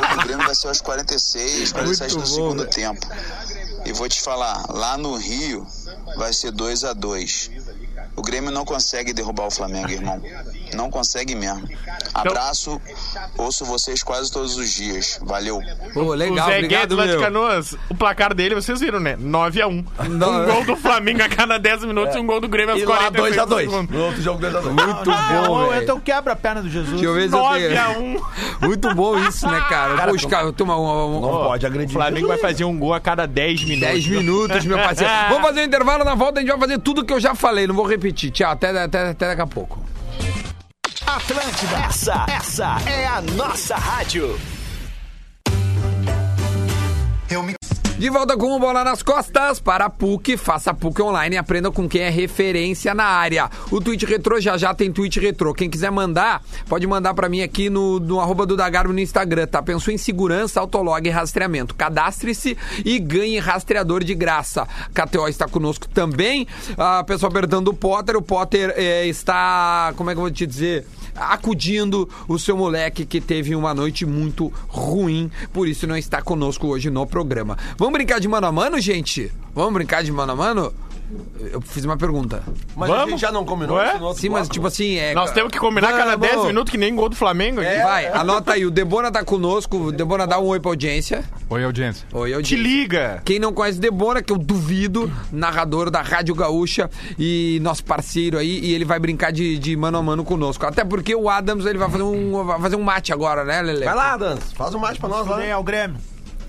S9: gol do Grêmio vai ser aos 46, 47 do
S1: bom,
S9: segundo
S1: velho.
S9: tempo. E vou te falar, lá no Rio vai ser 2 a 2 O Grêmio não consegue derrubar o Flamengo, irmão. Não consegue mesmo.
S1: Então-
S9: Abraço, ouço vocês quase todos os dias. Valeu.
S1: Pô, legal,
S5: o Zé
S1: obrigado,
S5: Guedes lá de
S1: meu.
S5: Canoas, o placar dele, vocês viram, né? 9x1.
S1: Não.
S5: Um gol do Flamengo a cada 10 minutos e um gol do Grêmio aos
S3: E lá
S5: 40
S3: 2x2. No outro jogo 2x2.
S5: Ah,
S1: Muito bom,
S2: Ou
S1: velho.
S2: então quebra a perna do Jesus.
S1: Deixa eu ver se eu tenho-
S5: 9x1.
S1: Muito bom isso, né, cara?
S3: Cara,
S1: Pô, os caras, toma um, um,
S3: Não pode
S5: O
S3: agredir.
S5: Flamengo vai fazer um gol a cada 10 minutos.
S1: 10 minutos, meu parceiro. Vamos fazer um intervalo na volta, a gente vai fazer tudo que eu já falei, não vou repetir. Tchau, até, até, até daqui a pouco.
S6: Atlântida. Essa, essa é a nossa rádio.
S1: De volta com o Bola nas Costas para a PUC. Faça a PUC online e aprenda com quem é referência na área. O Twitch Retrô já já tem Twitch Retrô. Quem quiser mandar, pode mandar para mim aqui no, no arroba do Dagarbo no Instagram, tá? Pensou em segurança, autolog e rastreamento. Cadastre-se e ganhe rastreador de graça. KTO está conosco também. A pessoa perguntando do Potter. O Potter eh, está, como é que eu vou te dizer? Acudindo o seu moleque que teve uma noite muito ruim, por isso não está conosco hoje no programa. Vamos brincar de mano a mano, gente? Vamos brincar de mano a mano? Eu fiz uma pergunta.
S3: Ah, Mas a
S5: Vamos?
S3: gente já não combinou
S5: Ué?
S3: isso no outro
S1: Sim, mas
S3: bloco?
S1: tipo assim, é.
S5: Nós temos que combinar cada
S1: Vamos. É.
S5: 10 minutos que nem gol do Flamengo.
S3: É.
S5: aqui.
S1: Vai, anota aí. O Debona tá conosco. O Debona dá um oi pra audiência.
S7: Oi, audiência.
S1: Oi,
S5: Te
S1: audiência.
S5: liga.
S1: Quem não conhece Debora, que eu duvido, narrador da Rádio Gaúcha e nosso parceiro aí, e ele vai brincar de, de mano a mano conosco. Até porque o Adams ele vai fazer um, vai fazer um mate agora, né, Lele?
S3: Vai lá, Dantas, faz um mate pra nós lá.
S2: Vem ao Grêmio.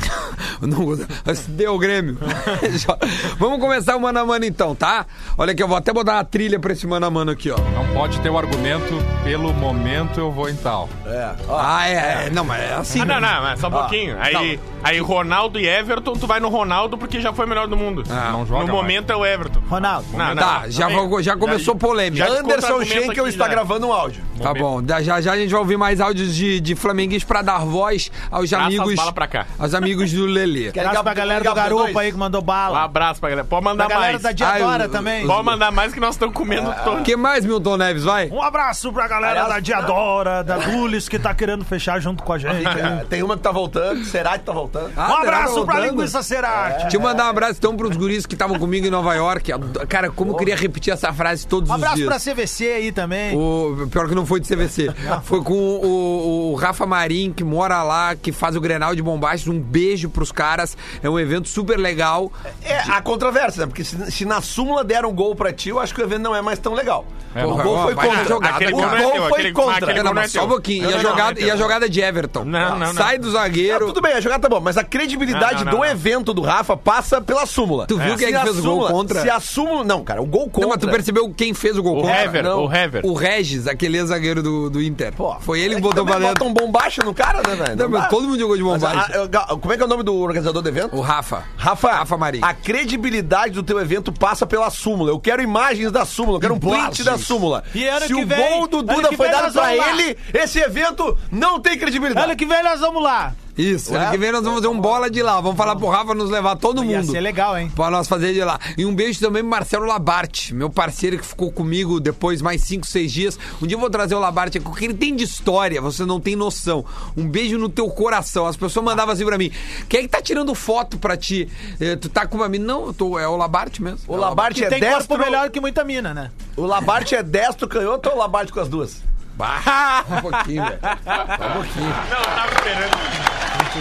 S1: Não, mas deu o Grêmio. Já- Vamos começar o mano a mano então, tá? Olha aqui, eu vou até botar uma trilha pra esse mano a mano aqui, ó.
S7: Não pode ter o argumento, pelo momento eu vou em tal.
S3: É. Ó,
S1: Ah, é, é, Não, mas é assim.
S5: Ah, não,
S1: né?
S5: não, mas só um pouquinho. Aí, aí Ronaldo e Everton, tu vai no Ronaldo porque já foi o melhor do mundo.
S7: não joga
S5: no
S7: mais.
S5: momento é o Everton.
S2: Ronaldo.
S5: Não, não,
S1: Tá,
S5: não,
S1: já,
S5: não,
S1: vou- já começou polêmica.
S5: já-
S3: Anderson
S5: descontra-argumento
S3: Schenkel
S5: aqui
S3: está
S5: já.
S3: gravando um áudio.
S1: Tá bom, da- já já a gente vai ouvir mais áudios de, de flamenguistas pra dar voz aos
S5: Passa as
S1: amigos.
S5: bala pra cá.
S1: Aos amigos do Lelê.
S2: um Abraço pra galera do Garupa aí que mandou
S5: Um
S2: bala.
S5: abraço pra galera. Pode
S2: Pra
S5: mandar
S2: galera
S5: mais.
S2: da
S1: Ah,
S2: Diadora
S1: eu-
S2: também.
S5: Pode mandar mais que nós estamos comendo todo.
S1: O Ah, que mais, Milton Neves? Vai.
S2: Um abraço pra galera
S3: Aliás,
S2: da Diadora, da Gulis, que tá querendo fechar junto com a gente.
S3: É, Tem uma que tá voltando, será que tá voltando?
S1: Ah,
S2: Um
S1: tá
S2: abraço pra
S1: voltando?
S2: Linguiça Cerati.
S1: Deixa eu mandar um abraço então pros guris que estavam comigo em Nova York. Cara, como eu queria repetir essa frase todos
S2: Um
S1: os
S2: abraço
S1: dias.
S2: pra CVC aí também.
S1: O, pior que não foi de CVC. Foi com o, o Rafa Marim, que mora lá, que faz o Grenal de Bombastes. Um beijo pros caras. É um evento super legal.
S3: É, a controvérsia, né? Porque se, se na súmula deram um gol pra ti, eu acho que o evento não é mais tão legal.
S7: É,
S3: o
S7: mas-
S3: gol foi
S1: vai na
S3: contra.
S1: jogada,
S3: o
S1: cara.
S5: Aquele gol não
S3: gol
S5: é
S3: foi
S5: teu,
S3: contra.
S5: aquele-
S1: Não,
S5: Não, não é
S1: mas só um
S5: teu.
S1: pouquinho.
S5: Não,
S1: e, a
S5: não, não,
S1: jogada,
S5: não é
S1: e a
S5: teu.
S1: jogada de Everton.
S5: Não, não, não.
S1: Sai do zagueiro.
S3: Ah, tudo bem, a jogada tá boa, mas a credibilidade
S5: Não, não,
S3: do
S5: não, não.
S3: evento do Rafa passa pela súmula.
S1: Tu viu
S3: Se
S1: quem é que
S3: a
S1: fez o gol
S3: súmula-
S1: contra?
S3: Se a súmula... Não, cara, o gol contra...
S1: Não, mas tu percebeu quem fez o gol
S5: O
S1: contra?
S5: Hever,
S1: Não.
S5: o Hever.
S1: O Regis, aquele zagueiro do, do Inter.
S3: Pô,
S1: Foi ele
S3: é
S1: que botou pra
S3: também
S1: dentro.
S3: bota um bombacha no cara, né, velho?
S1: Não, mas
S3: dá.
S1: todo mundo jogou de
S3: Mas a-
S1: bombacha.
S3: a- ga- como é que é o nome do organizador do evento?
S1: O Rafa.
S3: Rafa, Ah,
S1: Rafa Marim.
S3: a credibilidade do teu evento passa pela súmula. Eu quero imagens da súmula, eu quero um print
S1: Imagens.
S3: da súmula.
S2: E ano
S3: Se
S2: que
S3: o
S2: vem-
S3: gol do
S2: ano
S3: Duda
S2: que
S3: foi
S2: vem
S3: dado
S2: nós
S3: pra
S2: vamos lá.
S3: ele, esse evento não tem credibilidade.
S2: Ano que vem nós vamos lá.
S1: Isso. Ano
S3: Ué?
S1: que vem nós vamos fazer um bola de lá. Vamos falar pro Rafa nos levar todo
S2: Ia
S1: mundo.
S2: ser legal, hein?
S1: Pra nós fazer de lá. E um beijo também pro Marcelo Labarte, meu parceiro que ficou comigo depois mais 5, 6 dias. Um dia eu vou trazer o Labarte aqui, porque ele tem de história, você não tem noção. Um beijo no teu coração. As pessoas mandavam assim pra mim: quem é que tá tirando foto pra ti? Eh, tu tá com uma mina? Não, eu tô, é o Labarte mesmo.
S3: O Labarte
S2: Que
S3: é
S2: tem
S3: destro.
S2: corpo melhor que muita mina, né?
S3: O Labarte é destro canhoto ou o Labarte com as duas?
S1: Só um pouquinho, velho. Só um pouquinho.
S5: Não, tava esperando.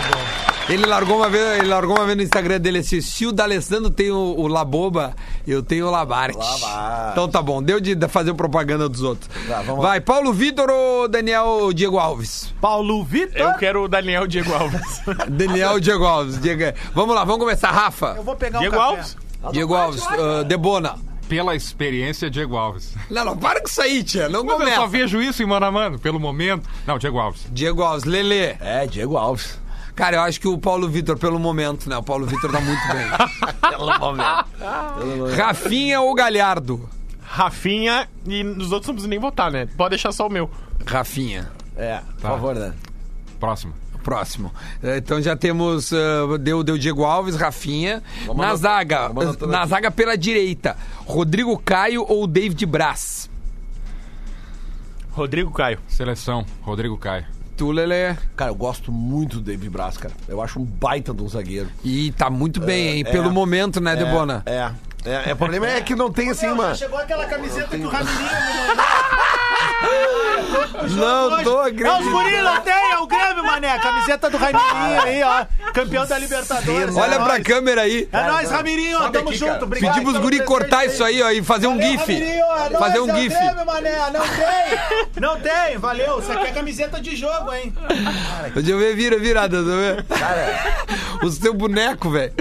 S1: Ele largou uma vez, ele largou uma vez no Instagram dele assim: se o D'Alessandro tem o, o Laboba, eu tenho o Labarte.
S3: Labarte.
S1: Então tá bom, deu de fazer propaganda dos outros.
S3: Tá, vamos
S1: Vai, Paulo Vitor ou Daniel ou Diego Alves?
S2: Paulo
S5: Eu
S2: Vitor.
S5: quero o Daniel Diego Alves.
S1: Daniel ou Diego Alves? Diego- Vamos lá, vamos começar.
S2: Eu
S1: Rafa,
S2: vou pegar
S5: Diego
S2: um café.
S5: Alves?
S1: Diego Alves, ah, Debona.
S7: Pela experiência, Diego Alves.
S1: Não, não, para com isso aí, tia, não
S5: é
S7: Mas eu só
S1: começa.
S7: vejo isso em mano a mano, pelo momento. Não, Diego Alves.
S1: Diego Alves, Lelê.
S3: É, Diego Alves.
S1: Cara, eu acho que o Paulo Vitor, pelo momento, né? O Paulo Vitor tá muito bem. Rafinha ou Galhardo?
S5: Rafinha e nos outros não precisa nem votar, né? Pode deixar só o meu.
S1: Rafinha.
S3: É, por favor, né?
S7: Próximo.
S1: Próximo. Eh, Então já temos. ah, deu, deu Diego Alves, Rafinha. na
S3: anotar-
S1: zaga.
S3: vamos anotar
S1: Na
S3: aqui.
S1: zaga pela direita. Rodrigo Caio ou David Braz?
S5: Rodrigo Caio.
S7: Seleção, Rodrigo Caio.
S1: Tu, Lelê.
S3: Cara, eu gosto muito do David Braz, cara. Eu acho um baita de um zagueiro.
S1: E tá muito bem, hein?
S3: é.
S1: Pelo momento, né, Debona?
S3: É, é, é. O problema é que não tem assim,
S2: Já
S3: mano.
S2: Ah, Chegou aquela camiseta que o Ramirinho
S1: Não tô
S2: Não, É os
S1: acreditando.
S2: guri não tem, é o Grêmio, mané. Camiseta do Ramirinho aí, ó. Campeão da Libertadores.
S1: Olha
S2: é
S1: pra
S2: nóis.
S1: câmera aí.
S2: É nóis, Ramirinho, ó. tamo
S3: aqui,
S2: junto.
S3: cara.
S2: Obrigado.
S1: Pedimos os
S2: pelo
S1: guri
S2: presente
S1: cortar
S2: aí.
S1: isso aí, ó, e fazer um
S2: Valeu,
S1: GIF.
S2: Ramirinho, é
S1: Fazer um
S2: nóis, é o
S1: GIF.
S2: Grêmio, mané. Não tem. Não tem, valeu. Isso aqui é camiseta de jogo, hein.
S1: Deixa eu ver, vira, virada, deixa eu ver. O seu boneco, velho.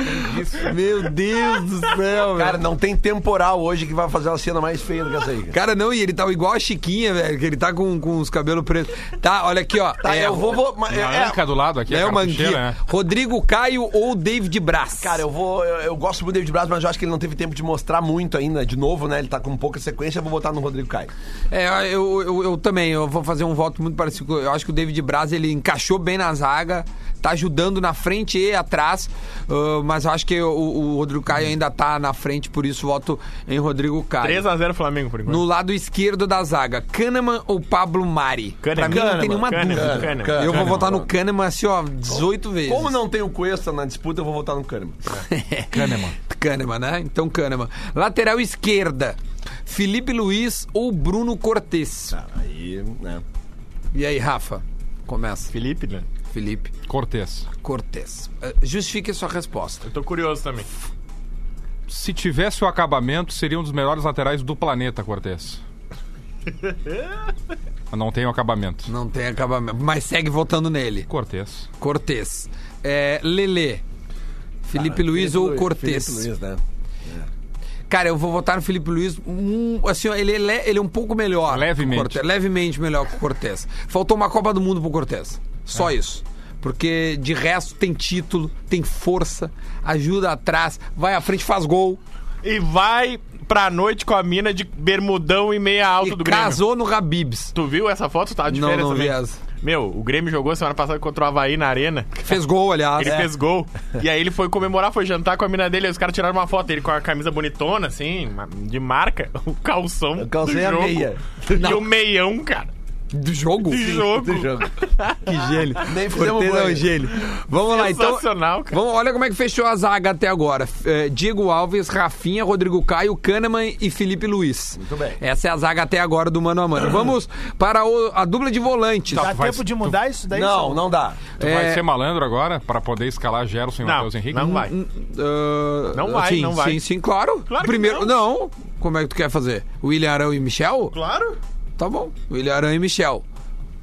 S1: Meu Deus do céu,
S3: Cara,
S1: velho.
S3: não tem temporal hoje que vai fazer uma cena mais feia do que essa aí. cara.
S1: Cara, não, e ele tá igual a Chiquinha, velho, que ele tá com, com os cabelos pretos. Tá, olha aqui, ó.
S3: Tá,
S1: É,
S3: eu vou. vou mas-
S7: Uma
S3: é,
S7: anca do lado aqui,
S1: É
S7: a
S1: uma
S7: cartucheira,
S1: anguia.
S7: né?
S1: Rodrigo Caio ou David Braz?
S3: Cara, eu vou. Eu, eu gosto muito do David Braz, mas eu acho que ele não teve tempo de mostrar muito ainda. De novo, né? Ele tá com pouca sequência, eu vou botar no Rodrigo Caio.
S1: É, eu, eu, eu também, eu vou fazer um voto muito parecido. com- Eu acho que o David Braz, ele encaixou bem na zaga, tá ajudando na frente e atrás, ah, mas eu acho que o, o Rodrigo Caio ainda tá na frente, por isso voto em Rodrigo Caio.
S5: 3x0 Flamengo, por enquanto.
S1: No lado esquerdo da zaga, Kahneman ou Pablo Mari? Pra
S5: Kahneman.
S1: mim não tem nenhuma
S5: Kahneman,
S1: dúvida.
S5: Kahneman.
S1: Eu vou
S7: Kahneman,
S1: votar no Kahneman assim, ó, 18 vezes.
S3: Como não tem o Cuesta na disputa, eu vou votar no Kahneman.
S7: Kahneman.
S1: Kahneman, né? Então, Kahneman. Lateral esquerda, Felipe Luiz ou Bruno Cortes?
S3: Aí, né?
S1: E aí, Rafa? Começa.
S5: Felipe, né?
S1: Felipe
S7: Cortez.
S1: Cortes. Eh, Justifique a sua resposta.
S5: Eu tô curioso também.
S7: Se tivesse o acabamento, seria um dos melhores laterais do planeta, Cortez. Mas não tem o acabamento.
S1: Não tem acabamento. Mas segue votando nele.
S7: Cortez.
S1: Cortez. É, Lele. Felipe Luiz ou Cortez?
S3: Felipe Luiz, né?
S1: Cara, eu vou votar no Felipe Luiz. Um, assim, ó, ele, é le- ele é um pouco melhor. que o
S7: Levemente.
S1: Cortez, levemente melhor que o Cortez. Faltou uma Copa do Mundo pro Cortez.
S5: É.
S1: Só isso. Porque de resto tem título, tem força, ajuda atrás, vai à frente, faz gol.
S5: E vai pra noite com a mina de bermudão e meia alta
S1: E
S5: do Grêmio.
S1: casou no Rabibs.
S5: Tu viu essa foto? Tá de
S1: Não,
S5: férias
S1: não vi
S5: também.
S1: essa.
S5: Meu, o Grêmio jogou semana passada contra o Havaí na arena.
S1: Fez gol, aliás. É.
S5: Ele fez gol. E aí ele foi comemorar, foi jantar com a mina dele. Aí os caras tiraram uma foto dele com a camisa bonitona, assim, uma- de marca. O calção.
S3: O calção
S5: do
S3: e a
S5: jogo.
S3: meia.
S5: E o meião, cara.
S1: Do jogo?
S5: De jogo.
S3: Do jogo.
S1: Que gênio.
S3: Nem fizemos
S1: Cortez é um
S3: banho.
S1: gênio. Vamos lá, então.
S5: Sensacional, cara.
S1: Vamos, olha como é que fechou a zaga até agora. F- eh, Diego Alves, Rafinha, Rodrigo Caio, Kahneman e Felipe Luiz. Muito
S3: bem.
S1: Essa é a zaga até agora do mano a mano. Vamos para o- a dupla de volantes.
S5: Tá,
S2: Dá
S7: vai-
S2: tempo de mudar É isso daí?
S3: Não,
S2: Sal?
S3: não dá.
S7: Tu
S5: então
S1: É-
S7: vai ser malandro agora para poder escalar Gerson e
S5: Não,
S7: Matheus Henrique?
S5: não vai.
S1: Hum, ah,
S5: Não vai,
S1: sim,
S5: não vai.
S1: Sim, sim, claro.
S5: Claro que
S1: Primeiro,
S5: não.
S1: não. Como é que tu quer fazer? William Arão e Michel?
S5: Claro.
S1: Tá bom. William Arão e Michel.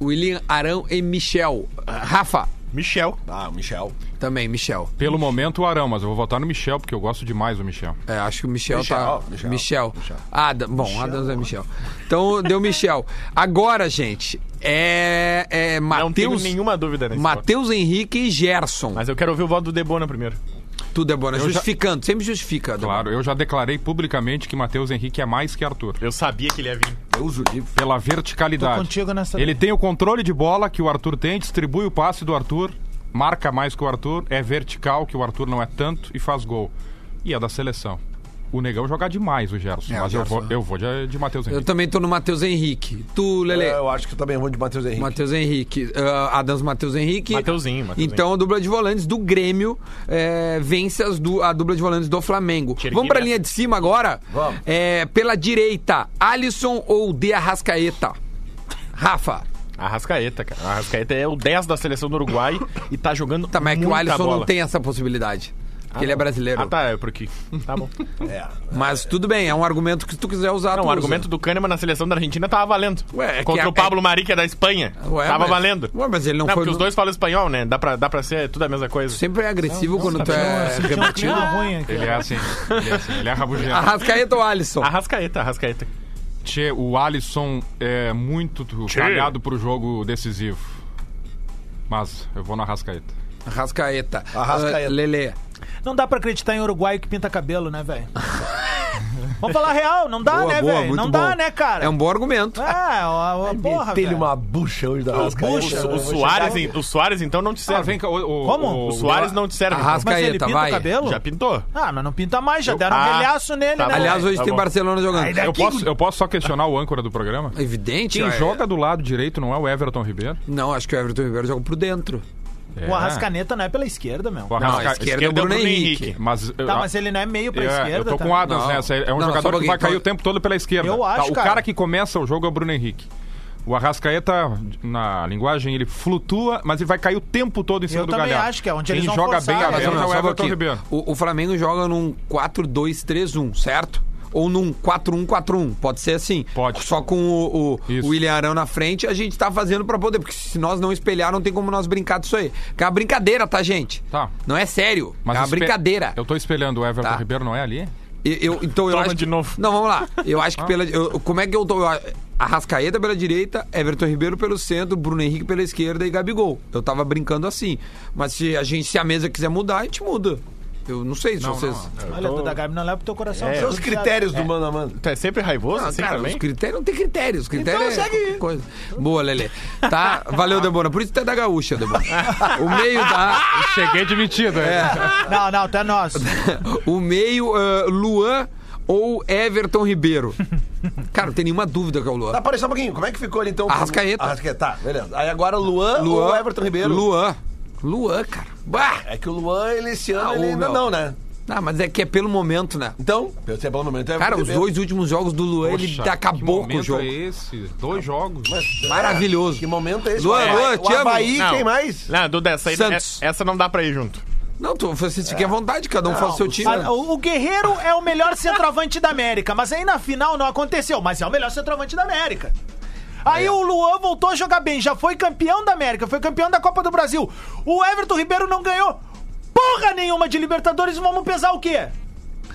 S1: William Arão e Michel. Rafa,
S5: Michel.
S3: Ah, o Michel.
S1: também, Michel.
S7: Pelo momento, o Arão, mas eu vou votar no Michel, porque eu gosto demais do Michel.
S1: É, acho que o Michel,
S3: Michel,
S1: tá. Michel.
S3: Michel, Michel.
S1: Adam, bom, Adams é Michel. Então deu Michel. Agora, gente, é. é
S5: Não tenho
S1: Matheus.
S5: nenhuma dúvida nesse voto.
S1: Matheus Henrique e Gerson.
S5: Mas eu quero ouvir o voto do Debona primeiro.
S1: Tudo é bom, né?
S7: Eu já-
S1: Justificando, sempre justifica. Debona.
S7: Claro, eu já declarei publicamente que Matheus Henrique é mais que Arthur.
S5: Eu sabia que ele ia vir.
S3: Deus o livre.
S7: Pela verticalidade.
S2: Tô contigo nessa
S7: Ele
S2: daí.
S7: tem o controle de bola que o Arthur tem, distribui o passe do Arthur, marca mais que o Arthur, é vertical, que o Arthur não é tanto, e faz gol. E é da seleção. O Negão joga demais o Gerson,
S1: É, o
S7: mas
S1: Gerson,
S7: eu, vou, eu vou de, de Matheus
S1: Eu
S7: Henrique.
S1: também tô no Matheus Henrique. Tu, Lele.
S3: Eu acho que eu também vou de Matheus Henrique.
S1: Matheus Henrique, ah, Adams Matheus Henrique.
S5: Mateuzinho, Mateuzinho.
S1: Então a dupla de volantes do Grêmio eh, vence as du- a dupla de volantes do Flamengo.
S5: Tirguinha.
S1: Vamos pra linha de cima agora?
S3: Vamos.
S1: Eh, pela direita, Alisson ou De Arrascaeta? Rafa.
S5: Arrascaeta, cara. Arrascaeta é o 10 da seleção do Uruguai e tá jogando.
S1: Tá, mas é que o
S5: muita
S1: Alisson
S5: bola.
S1: não tem essa possibilidade. Porque ele é brasileiro.
S5: Ah, tá, é por aqui. Tá bom.
S1: Mas tudo bem, é um argumento que se tu quiser usar,
S5: Não,
S1: tu
S5: o
S1: usa.
S5: argumento do Kahneman na seleção da Argentina tava valendo.
S1: Ué, é que
S5: Contra
S1: a-
S5: o Pablo Mari, que é da Espanha.
S1: Ué,
S5: tava
S1: mas-
S5: valendo.
S1: Ué, mas ele não,
S5: Não,
S1: foi.
S5: porque os
S1: no-
S5: dois falam espanhol, né? Dá pra, dá pra ser tudo a mesma coisa.
S1: Sempre é agressivo quando tu é
S2: Tinha um
S1: rebatido.
S2: clima ruim aqui.
S7: Ele é assim, ele é assim, ele é
S1: Ah.
S7: rabugento.
S1: Arrascaeta ou Alisson?
S5: Ah. Arrascaeta, Arrascaeta.
S7: Tchê, o Alisson é muito calhado pro jogo decisivo. Mas eu vou na Rascaeta.
S1: Arrascaeta.
S3: Arrascaeta.
S1: Ah, Lele.
S2: Não dá pra acreditar em uruguaio que pinta cabelo, né, velho? Vamos falar real, não dá,
S1: Boa,
S2: né,
S1: boa,
S2: velho?
S1: muito
S2: Não dá,
S1: bom.
S2: né, cara?
S1: É um bom argumento.
S2: É, ó, ó, porra,
S3: Metei-lhe
S2: velho.
S3: uma bucha hoje da Arrascaeta.
S2: bucha.
S3: Eu
S5: O
S3: vou
S5: Soares,
S3: chegar-
S5: em- o Soares, então, não te
S7: Ah,
S5: serve.
S7: vem cá, o, o,
S2: Como?
S7: O,
S5: o Soares não te serve. então.
S1: Arrasca-
S2: Mas ele
S1: Caeta,
S2: pinta
S1: vai.
S2: o cabelo?
S5: Já pintou.
S2: Ah, mas não pinta mais, já deram um
S5: Ah,
S2: relhaço nele,
S5: tá
S2: né?
S5: bom.
S1: Aliás, hoje
S5: Tá
S1: tem
S5: bom.
S1: Barcelona jogando.
S2: tá
S7: Eu posso, eu posso só questionar o âncora do programa?
S1: Evidente.
S7: Quem
S1: é.
S7: joga do lado direito não é o Everton Ribeiro?
S1: Não, acho que o Everton Ribeiro joga por dentro.
S7: É.
S2: O Arrascaneta não é pela esquerda, meu.
S7: O
S1: Não, a
S7: Arrasca-
S1: esquerda é o Bruno Henrique.
S7: Mas, eu-
S2: Tá, mas ele não é meio pra
S7: eu,
S2: esquerda,
S7: eu tô
S2: tá?
S7: com o Adams
S1: Não.
S7: nessa. É um
S1: Não, só um
S7: jogador que
S1: pouquinho,
S7: vai cair
S1: então-
S7: o tempo todo pela esquerda.
S2: Eu acho,
S7: Tá, o
S2: cara.
S7: cara. que começa o jogo é o Bruno Henrique. O Arrascaeta, na linguagem, ele flutua, mas ele vai cair o tempo todo em cima do
S2: também
S7: Galhardo.
S2: acho que é onde
S7: Quem
S2: eles vão
S7: joga
S2: forçar,
S7: bem
S2: mas
S7: aberto
S2: não,
S7: é
S1: só
S7: o
S1: um
S7: Everton
S1: pouquinho.
S7: Ribeiro.
S1: O, o Flamengo joga num 4-2-3-1, certo? Ou num 4-1-4-1. Pode ser assim.
S7: Pode.
S1: Só com o, o,
S7: Isso.
S1: o William Arão na frente, a gente tá fazendo pra poder. Porque se nós não espelhar, não tem como nós brincar disso aí. Que é uma brincadeira, tá, gente?
S7: Tá.
S1: Não é sério.
S7: Mas
S1: é uma
S7: espe-
S1: brincadeira.
S7: Eu tô espelhando o Everton
S1: Tá.
S7: Ribeiro, não é ali?
S1: Eu- eu- então eu
S5: Toma
S1: acho
S5: de
S1: que-
S5: novo. Ah.
S1: Não, vamos lá. Eu acho que pela. eu- como é que eu tô. eu- Arrascaeta pela direita, Everton Ribeiro pelo centro, Bruno Henrique pela esquerda e Gabigol. Eu tava brincando assim. Mas se a gente, se a mesa quiser mudar, a gente muda. Eu não sei se vocês.
S5: é.
S2: Olha, tu da Gabi não leva pro teu coração.
S3: São os critérios do mano a mano.
S5: Tu é sempre raivoso,
S1: Ah,
S5: assim,
S1: cara,
S5: também? Então
S1: os critérios não tem critérios. Os critérios é qualquer coisa. Boa, Lelê. Tá?
S5: Ah.
S1: Valeu, Debona. Por isso tu é da gaúcha, Debona. O meio da.
S7: Cheguei de mentira.
S1: é.
S2: Não, não, tu é nosso.
S1: O meio, ah, Luan ou Everton Ribeiro. Cara, não tem nenhuma dúvida que é o Luan.
S3: Tá, peraí só um pouquinho. Como é que ficou ele então?
S1: Arrascaeta.
S3: Arrascaeta, tá, beleza. Aí agora Luan,
S1: Luan,
S3: ou Everton Ribeiro?
S1: Luan. Luan, cara. Bah!
S3: É que o Luan, ele esse ano,
S1: Ah,
S3: ele
S1: o
S3: ainda
S1: meu.
S3: não, né?
S1: Ah, mas é que é pelo momento, né?
S3: Então, se é pelo momento, é
S1: Cara,
S3: muito
S1: os
S3: bem.
S1: dois últimos jogos do Luan,
S7: Poxa,
S1: ele acabou
S7: que
S1: com o jogo.
S7: momento é esse? Dois jogos.
S1: Maravilhoso.
S3: É. Que momento é esse?
S1: Luan,
S3: O
S1: Luan,
S3: Havaí-
S1: te
S3: o
S1: amo.
S3: Havaí,
S5: Não.
S3: quem mais?
S5: Não, Duda, essa, aí,
S1: Santos.
S5: é- essa não dá pra ir junto.
S1: Não, tu, vocês fiquem à vontade, cada um faz o seu time.
S2: Ah, O o Guerreiro é o melhor centroavante da América, mas aí na final não aconteceu, mas é o melhor centroavante da América.
S1: É.
S2: Aí o Luan voltou a jogar bem, já foi campeão da América, foi campeão da Copa do Brasil. O Everton Ribeiro não ganhou porra nenhuma de Libertadores, vamos pesar o quê?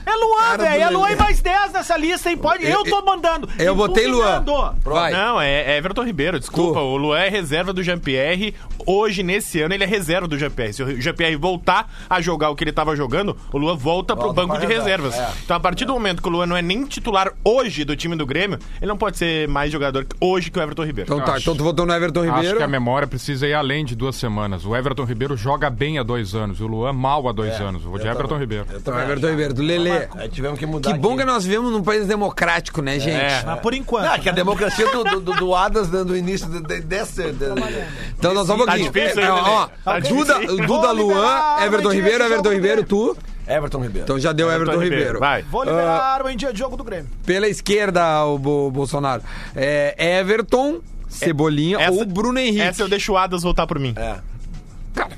S2: É Luan,
S1: Cara
S2: velho.
S1: do
S2: É Luan e
S1: Luan.
S2: mais 10 nessa lista, hein? Pode, eu,
S1: Eu-
S2: tô mandando.
S1: Eu botei Luan.
S2: Iluminando.
S1: Vai.
S5: Não, é, é Everton Ribeiro, desculpa. O Luan é reserva do Jean-Pierre. Hoje, nesse ano, ele é reserva do Jean-Pierre. Se o Jean-Pierre voltar a jogar o que ele tava jogando, o Luan volta, pro banco de reservas.
S1: é.
S5: Então, a partir do momento que o Luan não é nem titular hoje do time do Grêmio, ele não pode ser mais jogador que- hoje que o Everton Ribeiro.
S1: Então tá, então tu votou no Everton
S7: Acho
S1: Ribeiro.
S7: que é a memória precisa ir além de duas semanas. O Everton Ribeiro joga bem há dois anos, o Luan mal há
S1: É,
S7: dois anos. Eu Vou de Everton Ribeiro.
S1: Então, Everton Ribeiro, do Lelê.
S3: Aí tivemos que mudar.
S1: Que bom
S3: aqui.
S1: que nós vivemos num país democrático, né, gente?
S2: Mas por enquanto.
S1: é
S3: Ah, que a democracia do, do, do, do Adas né, do início de- de- dessa. de-
S1: Então nós vamos
S5: Tá
S1: aqui.
S5: difícil, hein,
S1: Ó, ó,
S5: Lelê? Tá
S1: Duda,
S5: difícil.
S1: Duda
S2: Vou
S1: Luan,
S2: liberar,
S1: Everton
S2: mas
S1: Ribeiro,
S2: esse jogo
S1: Everton
S2: do
S1: Ribeiro,
S2: Grêmio.
S1: tu.
S3: Everton Ribeiro.
S1: Então já deu Everton, Ribeiro.
S5: Vai.
S2: Vou
S1: Ah.
S2: liberar o em dia de jogo do Grêmio.
S1: Pela esquerda, o Bo- Bolsonaro. É Everton, Cebolinha
S5: Essa-
S1: ou Bruno Henrique.
S5: Essa eu deixo o Adas voltar por mim.
S3: É.
S1: Cara,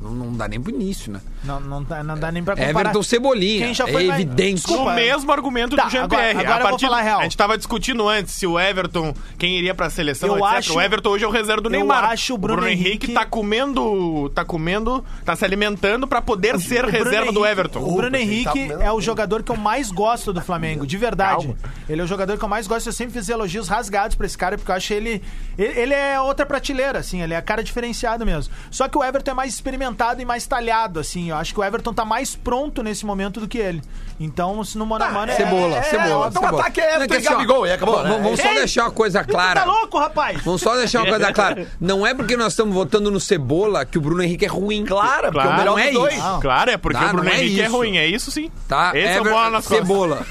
S1: não, não dá nem pro início, né?
S2: Não, não, dá- não dá nem pra comparar.
S1: Everton, Cebolinha.
S2: Quem já foi
S1: é
S2: mais-
S1: evidente.
S2: Desculpa,
S5: O mesmo argumento
S2: Tá,
S5: do Jean-Pierre.
S2: agora- agora eu
S5: A,
S2: vou
S5: partir-
S2: falar a real.
S5: a gente tava discutindo antes se o Everton, quem iria pra seleção,
S2: Eu
S5: etc.
S2: acho-
S5: o Everton hoje é o reserva do
S2: eu
S5: Neymar.
S2: acho o Bruno Henrique-
S5: tá comendo, tá comendo, tá se alimentando pra poder ser
S2: Bruno
S5: reserva do
S2: Henrique-
S5: Everton.
S2: O Bruno
S3: Opa, gente, tá
S2: Henrique
S3: comendo
S2: é o
S3: bem.
S2: jogador que eu mais gosto do Flamengo, de verdade. Ele é o jogador que eu mais gosto. Eu sempre fiz elogios rasgados pra esse cara, porque eu acho ele. Ele ele é outra prateleira, assim. Ele é a cara diferenciado mesmo. Só que o Everton é mais experimentado e mais talhado, assim. Eu acho que o Everton tá mais pronto nesse momento do que ele. Então, se no mano a mano. é-
S1: Cebola,
S2: é-
S1: cebola.
S3: então o
S1: cebola.
S3: ataque é
S1: Não,
S3: Everton
S1: que
S3: e
S1: ó,
S3: Gabigol, e acabou, né?
S1: Vamos, vamos só
S2: Ei,
S1: deixar uma coisa clara.
S2: Tá louco, rapaz?
S1: Vamos só deixar uma coisa clara. Não é porque nós estamos votando no Cebola que o Bruno Henrique é ruim.
S3: Claro, porque é o
S5: Claro,
S3: melhor
S1: não é
S3: dos dois.
S1: isso.
S5: Claro, é porque
S1: Não,
S5: o Bruno
S1: não é
S5: Henrique é,
S1: isso.
S5: ruim, é isso sim.
S1: Tá?
S5: Esse é o
S1: Ever-
S5: bola nas costas.
S1: Cebola.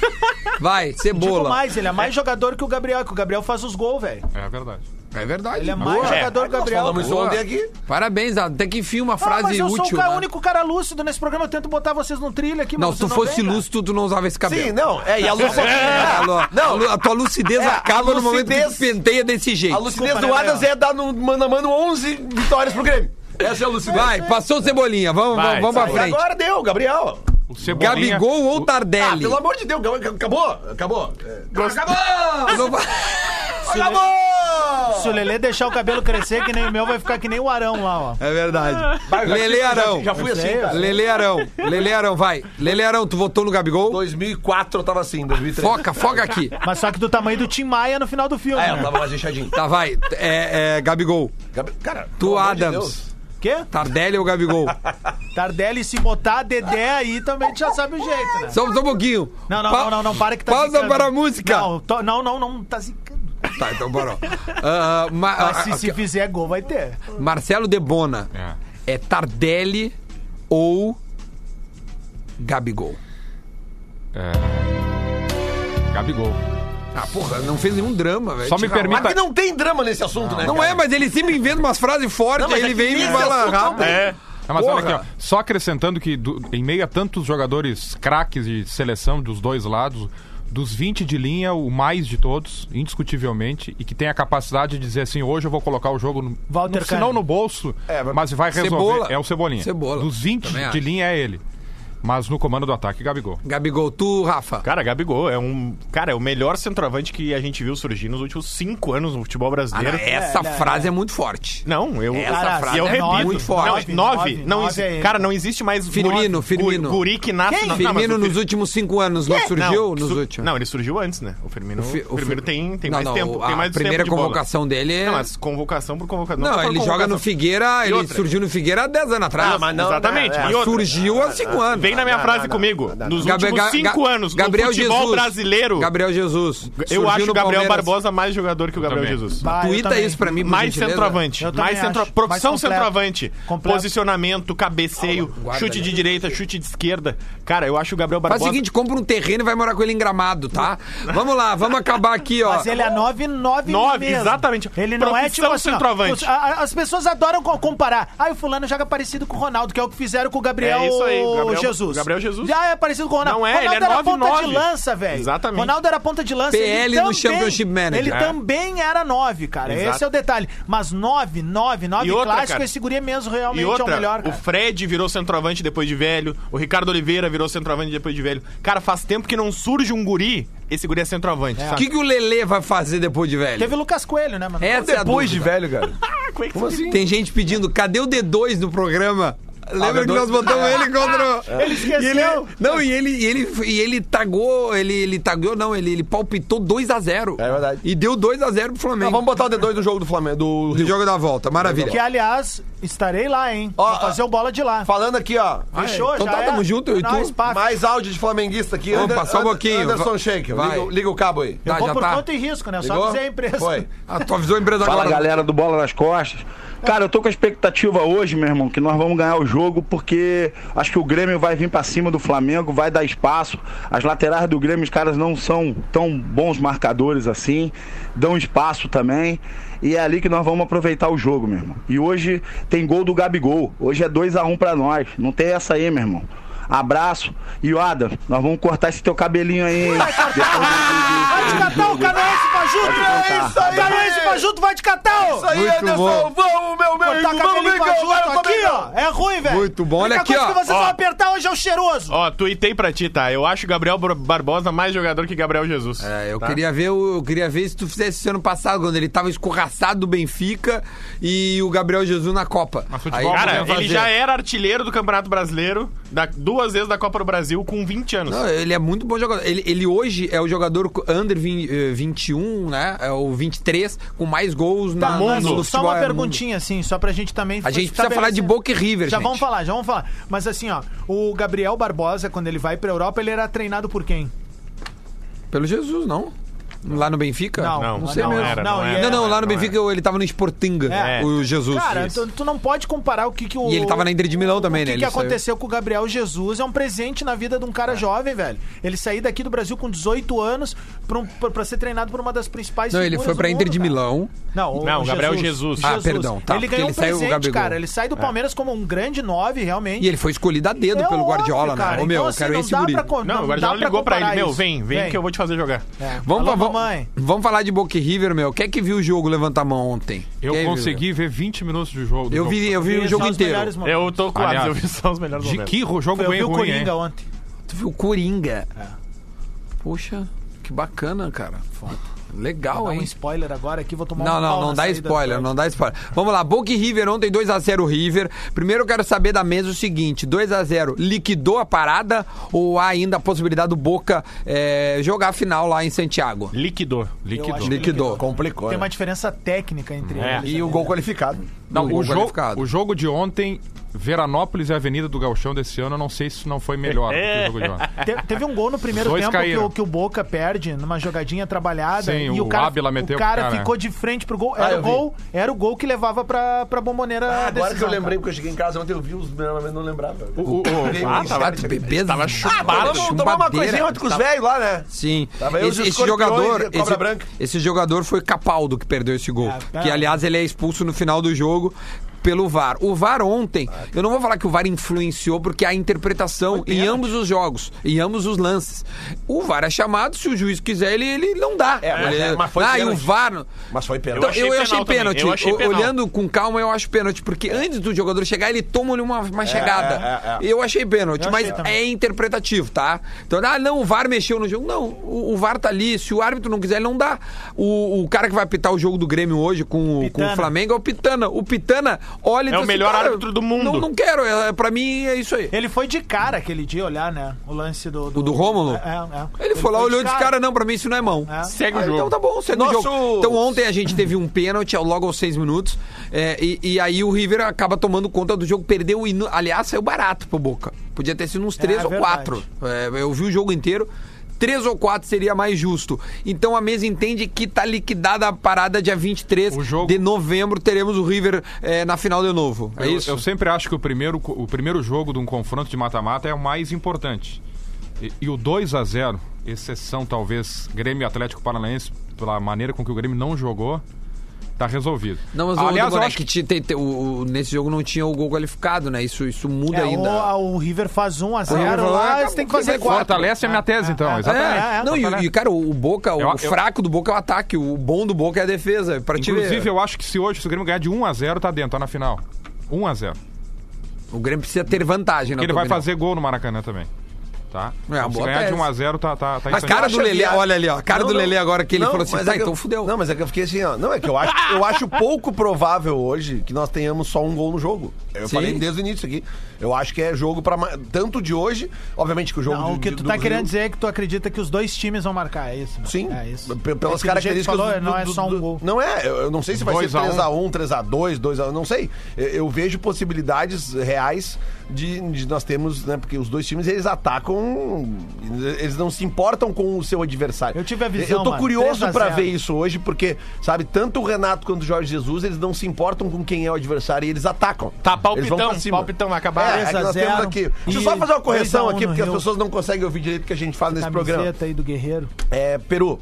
S1: Vai,
S2: Digo
S1: Cebola.
S2: mais, ele é mais jogador que o Gabriel, que o Gabriel faz os gols, velho.
S7: É verdade.
S1: É verdade.
S2: Ele é
S1: Boa.
S2: mais jogador que o Gabriel.
S3: Falamos isso
S1: Boa.
S3: ontem aqui.
S1: Parabéns, Adam. Até que enfim uma
S2: Ah,
S1: frase
S2: mas eu
S1: útil.
S2: sou o ca-
S1: né?
S2: único cara lúcido nesse programa, eu tento botar vocês né? num trilho aqui, mas
S1: Não, se
S2: você
S1: tu fosse
S2: vem, cara.
S1: lúcido, tu não usava esse cabelo.
S3: Sim, não. É, e a luz.
S1: A lu- a lu- a tua lucidez
S3: É, a
S1: acaba no momento que tu
S3: lucidez-
S1: penteia desse jeito.
S3: A lucidez
S2: Desculpa,
S3: do
S2: né,
S3: Adas
S2: Léo?
S3: é dar no mano a mano 11 vitórias pro Grêmio. Essa é a lucidez.
S1: Vai, passou o Cebolinha. Vamos,
S5: Vai,
S1: vamos, vamos pra
S3: E
S1: frente.
S3: agora deu, Gabriel.
S7: O Cebolinha,
S1: Gabigol ou
S3: Ah,
S1: Tardelli?
S3: pelo amor de Deus, acabou, acabou. É.
S1: Não vai-
S2: Se o Lelê deixar o cabelo crescer que nem o meu, vai ficar que nem o Arão lá, ó.
S1: É verdade. Lele Arão.
S3: Já fui assim, cara.
S1: Lele Arão. Lele Arão, vai. Lele Arão, tu votou no Gabigol?
S3: 2004 eu tava assim, 2003.
S1: Foca, foca aqui.
S2: Mas só que do tamanho do Tim Maia no final do filme.
S3: É,
S2: né?
S3: eu tava mais deixadinho.
S1: Tá, vai. É, é, Gabigol.
S3: Gabi- Cara,
S1: Tu,
S3: pelo amor de
S1: Adams.
S3: Deus.
S2: Quê?
S1: Tardelli ou Gabigol?
S2: Tardelli, se botar Dedé aí também a gente já sabe o jeito, né?
S1: Só, só um pouquinho.
S2: Não, não,
S1: Pa-
S2: não, não, não, para que tá
S1: Pausa
S2: zicando.
S1: para a música.
S2: Não, to- não, não, não, tá zicando.
S1: Tá, então bora. Ah, ah, ma-
S2: Mas
S1: ah,
S2: se,
S1: ah,
S2: se fizer gol, vai ter.
S1: Marcelo Debona. É Tardelli ou Gabigol?
S7: é. Gabigol.
S1: Ah, porra, não fez nenhum drama, velho.
S7: Só me
S1: Tira a
S7: permita-
S3: Aqui não tem drama nesse assunto, né?
S1: Não
S3: cara?
S1: é, mas ele sempre inventa umas frases fortes,
S3: Não, mas
S1: aí ele
S3: é que
S1: vem e me
S3: nesse
S1: fala
S3: assunto
S1: rápido.
S5: É.
S7: Ah, mas olha
S1: Porra.
S7: aqui, ó. Só acrescentando que do- em meio a tantos jogadores craques de seleção dos dois lados, dos 20 de linha, o mais de todos, indiscutivelmente, e que tem a capacidade de dizer assim, hoje eu vou colocar o jogo no,
S2: Walter
S7: no se não
S2: Kahneman.
S7: no bolso,
S3: É, mas-
S7: mas vai resolver.
S1: Cebola.
S7: É o Cebolinha.
S1: Cebola.
S7: Dos 20
S1: Também acho.
S7: de linha é ele. Mas no comando do ataque, Gabigol.
S1: Gabigol, tu, Rafa.
S5: Cara, Gabigol é um. Cara, é o melhor centroavante que a gente viu surgir nos últimos cinco anos no futebol
S1: Ah, não,
S5: brasileiro.
S1: essa frase é muito forte.
S5: Não, eu.
S1: Essa
S5: Cara,
S1: frase
S5: eu
S1: é
S5: repito.
S1: muito forte.
S5: Não, nove,
S2: Nove,
S5: não
S2: nove
S5: exi-
S2: é ele.
S5: Cara, não existe mais.
S1: Firmino,
S5: nove.
S1: Firmino.
S5: Gu- Guri que nasce na- não, mas
S1: Firmino
S5: o
S1: nos
S5: Fir-
S1: últimos cinco anos não surgiu?
S5: Não,
S1: nos
S5: sur-
S1: últimos.
S5: Não, ele surgiu antes, né? O Firmino, o
S1: Fi- o
S5: Firmino
S1: Fi-
S5: tem, tem
S1: Não,
S5: mais
S1: não,
S5: tempo.
S1: A
S5: tem mais
S1: primeira
S5: tempo de bola.
S1: convocação dele é.
S5: Não, mas convocação por convocação.
S1: Não,
S5: foi
S1: ele
S5: convocação.
S1: joga no Figueira,
S5: E
S1: ele
S5: outra?
S1: surgiu no Figueira há 10 anos atrás.
S3: mas não,
S5: Exatamente.
S3: né,
S5: Ah, E
S1: Mas
S5: outra?
S1: surgiu há 5 anos.
S5: é, Vem na minha
S3: não,
S5: frase
S3: não,
S5: comigo.
S3: não, não,
S5: Nos
S1: Gabi-
S5: últimos
S1: Ga-
S5: cinco
S1: Ga-
S5: anos,
S1: Gabriel
S5: no futebol
S1: Jesus.
S5: brasileiro,
S1: Gabriel Jesus.
S5: eu
S1: Surgiu
S5: acho
S1: no
S5: o Gabriel
S1: Palmeiras.
S5: Barbosa mais jogador que o Gabriel
S7: também.
S5: Jesus.
S2: Bah, eu
S1: Tuita é
S2: também.
S1: isso pra mim, por
S5: mais
S1: gentileza.
S5: centroavante.
S2: Eu também
S5: Mais centro...
S2: acho.
S5: Profissão
S2: Mais completo.
S5: centroavante.
S2: Completo.
S5: Posicionamento, cabeceio,
S1: Ah, guarda
S5: chute de
S1: ali.
S5: direita, chute de esquerda. Cara, eu acho o Gabriel
S1: Faz
S5: Barbosa.
S1: o seguinte, compra um terreno e vai morar com ele em Gramado, tá? Vamos lá, vamos acabar aqui, ó.
S2: Mas ele é 9, 9
S5: Nove, exatamente.
S2: Ele não é
S5: Profissão
S2: tipo assim, ó,
S5: centroavante.
S2: os- a- a- as pessoas adoram co- comparar. Ah, o fulano joga parecido com o Ronaldo, que é o que fizeram com o Gabriel
S5: É isso aí, o Gabriel-
S2: Jesus Jesus.
S5: Gabriel Jesus.
S2: Já é parecido com o Ronaldo.
S5: Não é,
S2: Ronaldo
S5: ele é
S2: era
S5: 9'9".
S2: ponta de lança, velho.
S5: Exatamente.
S2: Ronaldo era ponta de lança.
S1: PL no Championship Manager.
S2: Ele
S1: É.
S2: também era 9, cara.
S5: Exato.
S2: Esse é o detalhe. Mas 9, 9, 9
S5: E outra,
S2: clássico,
S5: cara.
S2: esse guri mesmo realmente
S5: E outra,
S2: é o melhor,
S5: o
S2: cara.
S5: Fred virou centroavante depois de velho, o Ricardo Oliveira virou centroavante depois de velho. Cara, faz tempo que não surge um guri, esse guri é centroavante,
S1: O
S5: sabe?
S1: que, que o Lelê vai fazer depois de velho?
S2: Teve o Lucas Coelho, né, mano?
S1: Essa é a
S3: Depois de
S1: dúvida.
S3: velho, cara. Como assim?
S1: Tem gente pedindo, cadê o D2 do programa? Lembra
S3: o
S1: que
S3: D2?
S1: nós botamos ele contra. o-
S2: Ele esqueceu.
S1: E ele,
S5: é-
S1: não, e ele, e ele, e ele tagou, ele, ele tagou, não, ele, ele palpitou 2x0.
S3: É verdade.
S1: E deu 2x0 pro
S3: Não,
S1: Flamengo.
S3: vamos botar o D2 do jogo do Flamengo. Do
S1: Do
S3: Rio.
S1: jogo da volta, maravilha.
S2: Que, aliás, estarei lá, hein?
S3: Ó,
S2: Vou fazer o bola de lá.
S3: Falando aqui, ó.
S2: Fechou,
S1: Então
S2: já
S1: tá,
S2: é.
S1: tamo junto, eu e tu.
S2: Nós, pá.
S3: Mais áudio de flamenguista aqui.
S1: Opa, só um pouquinho.
S3: Anderson
S1: Va-
S3: Schenkel.
S1: vai.
S3: Liga, o- liga o cabo aí.
S2: Eu
S1: Tá,
S2: vou
S1: já
S2: por
S1: tá.
S2: conta e risco, né? Só
S3: Ligou?
S2: dizer a empresa.
S3: Foi.
S1: Ah, tu avisou a empresa
S10: Fala
S1: agora.
S10: galera do Bola nas Costas. Cara, eu tô com a expectativa hoje, meu irmão, que nós vamos ganhar o jogo porque acho que o Grêmio vai vir pra cima do Flamengo, vai dar espaço. As laterais do Grêmio, os caras não são tão bons marcadores assim, dão espaço também. E é ali que nós vamos aproveitar o jogo, meu irmão. E hoje tem gol do Gabigol. Hoje é 2 a 1 pra nós. Não tem essa aí, meu irmão. Abraço. E o Adam, nós vamos cortar esse teu cabelinho aí. hein?
S2: Vai te catar o canoense pra junto! né?
S10: É isso aí.
S2: O canoense pra junto vai te catar, ó!
S3: Isso aí,
S1: Muito
S3: Anderson.
S1: bom.
S3: Vamos, meu, meu.
S2: Cortar
S3: amigo, Vamos,
S2: cabelinho pra
S3: Mengão.
S2: junto
S3: Vai, vamos,
S2: aqui,
S3: Mengão.
S2: ó! É ruim, velho!
S1: Muito bom. Olha
S2: A única
S1: aqui,
S2: coisa
S1: ó.
S2: que vocês
S5: Ó.
S2: vão apertar hoje é o cheiroso!
S5: Ó, tuitei pra ti, tá? Eu acho Gabriel Bar- Barbosa mais jogador que Gabriel Jesus.
S1: É, eu,
S5: tá?
S1: queria ver, o- eu queria ver se tu fizesse isso ano passado, quando ele tava escorraçado do Benfica e o Gabriel Jesus na Copa.
S7: Mas futebol,
S5: Cara,
S1: eu ia
S5: ele
S1: fazer.
S5: já é- era artilheiro do Campeonato Brasileiro, da- duas vezes da Copa do Brasil, com 20 anos.
S1: Não, ele é muito bom jogador. Ele, ele hoje é o jogador under vin- eh, 21, né? É o 23, com mais gols
S2: Tá,
S1: na
S2: mas
S1: no
S2: só
S1: futebol
S2: uma
S1: mundo.
S2: perguntinha, assim, só pra gente também...
S1: A gente precisa falar de Boca e River,
S2: Já
S1: gente.
S2: vamos falar, já vamos falar. Mas assim, ó, o Gabriel Barbosa, quando ele vai pra Europa, ele era treinado por quem?
S1: Pelo Jesus, não? Lá no Benfica?
S5: não,
S1: não sei
S5: não
S1: mesmo.
S5: era,
S1: não,
S5: não
S2: e
S5: era.
S1: não, lá no
S5: não
S1: Benfica ele tava no Sportinga,
S2: É.
S1: o Jesus.
S2: Cara,
S1: Isso.
S2: tu, tu não pode comparar o que, que o.
S1: E ele tava na Inter de Milão também,
S2: o
S1: né?
S2: que, que
S1: Ele saiu. É.
S2: aconteceu com o Gabriel Jesus é um presente na vida de um cara jovem, velho. Ele sair daqui do Brasil com 18 anos pra, um- pra- pra ser treinado por uma das principais
S1: Não, ele
S2: figuras
S1: foi pra
S2: do
S1: Inter
S2: mundo,
S1: de
S2: cara.
S1: Milão.
S2: Não, o,
S5: Não, o Gabriel Jesus.
S1: Ah, perdão, tá,
S2: Ele
S1: porque
S2: ganhou
S1: ele
S2: um
S1: saiu o
S2: presente,
S1: Gabigol. É.
S2: cara. Ele sai do Palmeiras como um grande nove, realmente.
S1: E ele foi escolhido a dedo
S2: É
S1: pelo
S2: óbvio,
S1: Guardiola, né?
S2: cara.
S1: Ô meu,
S2: Então,
S1: eu
S2: assim,
S1: quero
S2: não
S1: esse
S2: dá
S1: guri.
S2: pra con-
S5: Não, o
S2: dá
S5: Guardiola ligou pra ele,
S2: comparar
S5: meu,
S2: isso.
S5: vem, vem, que eu vou te fazer jogar.
S2: É.
S1: Vamos,
S2: Alô,
S1: vamos-
S2: mamãe.
S1: vamos falar de Boca e River, meu. Quem é que viu o jogo? Levanta a mão ontem.
S7: Eu
S1: Quem viu?
S7: consegui ver 20 minutos do jogo. do
S1: Eu vi,
S7: jogo.
S1: eu vi o
S2: São
S1: jogo
S2: os
S1: inteiro.
S2: melhores momentos.
S5: Eu tô com
S7: Aliás,
S5: eu vi só os melhores
S7: De
S5: momentos.
S7: que ro- jogo
S2: Eu
S7: bem
S2: vi o
S7: ruim, hein?
S2: Coringa ontem.
S1: Tu viu o Coringa?
S2: É.
S1: Poxa, que bacana, cara. Legal,
S2: Dá um
S1: hein?
S2: spoiler agora aqui, vou tomar
S1: Não,
S2: um
S1: não,
S2: pau
S1: não
S2: na
S1: dá
S2: saída do
S1: spoiler,
S2: prédio.
S1: não dá spoiler. Vamos lá, Boca e River ontem 2x0 River. Primeiro eu quero saber da mesa o seguinte: 2x0 liquidou a parada ou há ainda a possibilidade do Boca eh, jogar a final lá em Santiago?
S5: Liquidou.
S2: Eu acho
S7: Liquidou.
S2: que
S1: Liquidou.
S3: Complicou.
S2: Tem
S3: né?
S2: uma diferença técnica entre
S5: É.
S2: eles.
S3: E o gol qualificado.
S7: Não,
S1: Gol
S7: o, jogo,
S1: qualificado.
S7: o jogo de ontem, Veranópolis e Avenida do Galchão desse ano, eu não sei se não foi melhor do que o jogo de ontem.
S2: Te- teve um gol no primeiro
S7: Dois
S2: tempo que
S7: caíram.
S2: o, que o Boca perde numa jogadinha trabalhada.
S7: Sim,
S2: e o,
S7: o
S2: cara,
S7: Ávila meteu
S2: o cara,
S7: pro cara.
S2: ficou de frente pro gol.
S3: Ah,
S2: Era,
S3: eu
S2: o
S3: vi.
S2: gol era o gol que levava pra, pra bomboneira. a
S3: Ah, Agora que eu
S2: decisão,
S3: lembrei, porque eu cheguei em casa ontem, eu vi os meus não lembrava.
S7: O- o- o-
S1: Ah, tava, bebê,
S5: tava chupado,
S1: chumbadeira.
S3: Tomar uma coisinha ontem com
S1: tá.
S3: os velhos lá, né?
S1: Sim.
S3: Tava eu e os
S1: Esse, esse
S3: escorpiões e
S1: jogador.
S3: a cobra
S1: Esse,
S3: branca.
S1: esse jogador foi Capaldo que perdeu esse gol.
S2: Ah, tá.
S1: Que, aliás, ele é expulso no final do jogo. Pelo VAR. O VAR ontem,
S3: Ah.
S1: eu não vou falar que o VAR influenciou, porque há interpretação em ambos os jogos, em ambos os lances. O VAR é chamado, se o juiz quiser, ele, ele não dá.
S3: É, mas-
S1: Ele-
S3: é, mas foi
S1: ah, e o
S3: pênalti.
S1: VAR.
S3: Mas foi pênalti.
S1: Então,
S5: achei
S1: eu
S5: penal
S1: achei
S5: também.
S1: pênalti.
S5: Eu achei
S1: O-
S5: penal. É.
S1: Olhando com calma, eu acho pênalti, porque antes do jogador chegar, ele toma ali uma, uma chegada. Eu achei pênalti,
S2: Eu
S1: mas
S2: achei também.
S1: é interpretativo, tá? Então, ah, não, o VAR mexeu no jogo. Não, o, o VAR tá ali. Se o árbitro não quiser, ele não dá. O, o cara que vai apitar o jogo do Grêmio hoje com, o- com o
S2: Pitana.
S1: Flamengo é o Pitana. O Pitana, olha e
S5: É
S1: diz assim,
S5: o melhor
S1: "Cara,
S5: árbitro do mundo."
S1: Não, não quero, é, pra mim é isso aí.
S2: Ele foi de cara aquele dia olhar, né? O lance do.
S1: O do Rômulo?
S2: É, é, é.
S1: Ele foi lá, olhou e disse, cara, não, pra mim isso não é mão.
S2: É.
S5: Segue o
S1: Ah,
S5: jogo.
S1: Então tá bom, segue o
S3: Nosso-
S1: jogo. Então ontem a gente teve um pênalti ao- logo aos seis minutos. é, e, e aí o River acaba tomando conta do jogo, perdeu. o inu- Aliás, saiu barato pro Boca. Podia ter sido uns três
S2: é
S1: ou
S2: verdade.
S1: quatro. É, eu vi o jogo inteiro. Três ou quatro seria mais justo. Então a mesa entende que tá liquidada a parada dia 23
S7: O jogo-
S1: de novembro. Teremos o River é, na final de novo. É
S7: eu,
S1: isso?
S7: eu sempre acho que o primeiro, co- o primeiro jogo de um confronto de mata-mata é o mais importante. E, e o 2 a 0 exceção talvez Grêmio e Atlético Paranaense, pela maneira com que o Grêmio não jogou, Tá resolvido.
S1: Não, mas
S7: Aliás,
S1: o,
S7: eu
S1: Boné,
S7: acho
S1: que ti- tem- tem- o- o- nesse jogo não tinha o gol qualificado, né? Isso, isso muda
S2: É,
S1: ainda.
S2: O, o River faz
S3: Ah,
S2: 1 a
S1: O River
S2: 0
S1: vai-
S2: lá,
S1: acabou,
S2: você tem que fazer
S1: vai-
S2: 4.
S7: Fortalece
S1: Ah,
S7: a minha tese, então, exatamente.
S1: É, não, e, e, cara, o Boca, o
S7: Eu- eu-
S1: fraco do Boca é o ataque, o bom do Boca é a defesa. Pra te ver.
S7: Inclusive, eu acho que se hoje se o Grêmio ganhar de 1 a 0 tá dentro, tá na final. 1 a 0
S1: O Grêmio precisa ter vantagem, na
S7: Porque ele
S1: tua
S7: vai
S1: opinião.
S7: fazer gol no Maracanã também. Tá?
S1: É, uma
S7: se
S1: boa
S7: ganhar de
S1: tese.
S7: 1 a 0 tá, tá, tá
S1: Mas
S7: em
S1: cara
S7: frente.
S1: do Lelê, olha ali, ó. A cara do Lelê agora que ele falou assim,
S3: mas
S1: tá,
S3: é que eu-
S1: então fudeu.
S3: Não, mas é que eu fiquei assim, ó. Não, é que eu acho, eu acho pouco provável hoje que nós tenhamos só um gol no jogo. Eu
S1: Sim.
S3: falei desde o início aqui. Eu acho que é jogo pra. ma- Tanto de hoje, obviamente que o jogo.
S2: Não,
S3: do,
S2: o que
S3: de-
S2: tu
S3: do
S2: tá
S3: Rio-
S2: querendo dizer é que tu acredita que os dois times vão marcar, é isso? né?
S3: Sim,
S2: É isso.
S3: pe-
S2: É que do jeito
S3: pelas
S2: que
S3: características.
S2: falou,
S3: do-
S2: não é
S3: do-
S2: só um
S3: do-
S2: gol.
S3: Não é, eu eu não sei se vai
S7: Dois
S3: ser
S7: a um.
S3: 3x1, 3x2, 2x1, não sei. Eu- Eu vejo possibilidades reais de, de nós termos, né? Porque os dois times eles atacam, eles não se importam com o seu adversário.
S2: Eu tive a visão,
S3: Eu tô
S2: mano,
S3: curioso
S2: 3 a 0.
S3: pra ver isso hoje, porque, sabe, tanto o Renato quanto o Jorge Jesus eles não se importam com quem é o adversário e eles atacam.
S5: Tá,
S3: Eles vão
S5: palpitão,
S3: pra cima.
S5: palpitão, vai acabar.
S3: É, é que
S2: 3 a
S3: nós
S2: 0.
S3: temos aqui. Deixa eu
S2: E
S3: só fazer uma
S2: 2 a
S3: correção
S2: 1
S3: aqui,
S2: no
S3: porque as
S2: Rio. tá
S3: pessoas não conseguem ouvir direito o que a gente fala nesse programa.
S2: Camiseta aí do Guerreiro.
S3: É, Peru.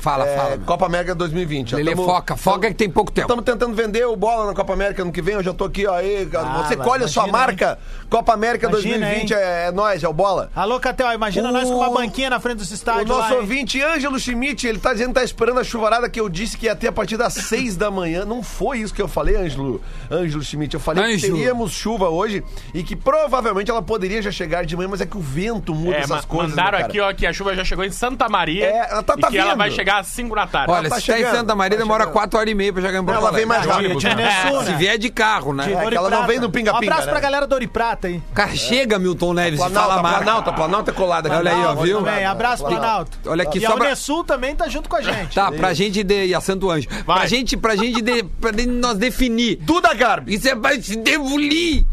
S1: Fala,
S3: É,
S1: Tá, fala. meu.
S3: Copa América 2020.
S1: Lelê, foca, foca que tem pouco tempo.
S3: Estamos tentando vender o bola na Copa América ano que vem. Eu já tô aqui, ó. Aí,
S2: Ah,
S3: você
S2: lá,
S3: colhe a sua
S2: imagina,
S3: marca. Copa América
S2: Imagina,
S3: 2020
S2: hein?
S3: é, é nós, é o bola.
S2: Alô, Catel, imagina
S3: O-
S2: nós com uma banquinha na frente dos
S3: O
S2: estádios
S3: nosso
S2: lá, hein?
S3: ouvinte, Ângelo Schmidt, ele tá dizendo que tá esperando a chuvarada que eu disse que ia ter a partir das 6 da manhã. Não foi isso que eu falei, Ângelo, Ângelo Schmidt. Eu falei que
S1: Ângelo.
S3: teríamos chuva hoje e que provavelmente ela poderia já chegar de manhã, mas é que o vento muda
S5: É,
S3: essas
S5: ma-
S3: coisas.
S5: mandaram
S3: né, cara?
S5: aqui, ó, que a chuva já chegou em Santa Maria
S3: É, ela tá-
S5: e
S3: tá
S5: que ela
S3: vindo.
S5: vai chegar às 5 da tarde.
S1: Olha,
S3: tá
S1: se tá em
S3: chegando,
S1: Santa Maria,
S3: tá
S1: demora
S3: chegando.
S1: 4 horas e meia pra chegar em Porto
S3: Ela vem
S1: Alegre.
S3: mais
S5: De
S3: rápido.
S5: ônibus,
S2: De
S5: né?
S2: Nessun,
S1: Se
S2: né?
S1: vier de carro, né?
S2: De Ouro e
S3: É, ela não
S2: Prata.
S3: vem no pinga-pinga,
S2: Um abraço
S3: né?
S2: pra galera do Ouro e Prata aí.
S1: Cara, chega, Milton Neves, e fala
S3: Planalto,
S1: mais.
S3: Planalto, Planalto é colada. aqui.
S1: Olha aí, ó,
S2: Planalto
S1: viu?
S2: também, Abraço, Planalto.
S1: Olha aqui,
S2: e
S1: só
S2: a
S1: pra-
S2: Unesul também tá junto com a gente.
S1: Tá, pra gente de. E a Santo Anjo. Pra
S5: Vai.
S1: gente, pra gente, de, pra de- nós definir.
S3: Duda Garbi.
S1: Isso é pra se devolir.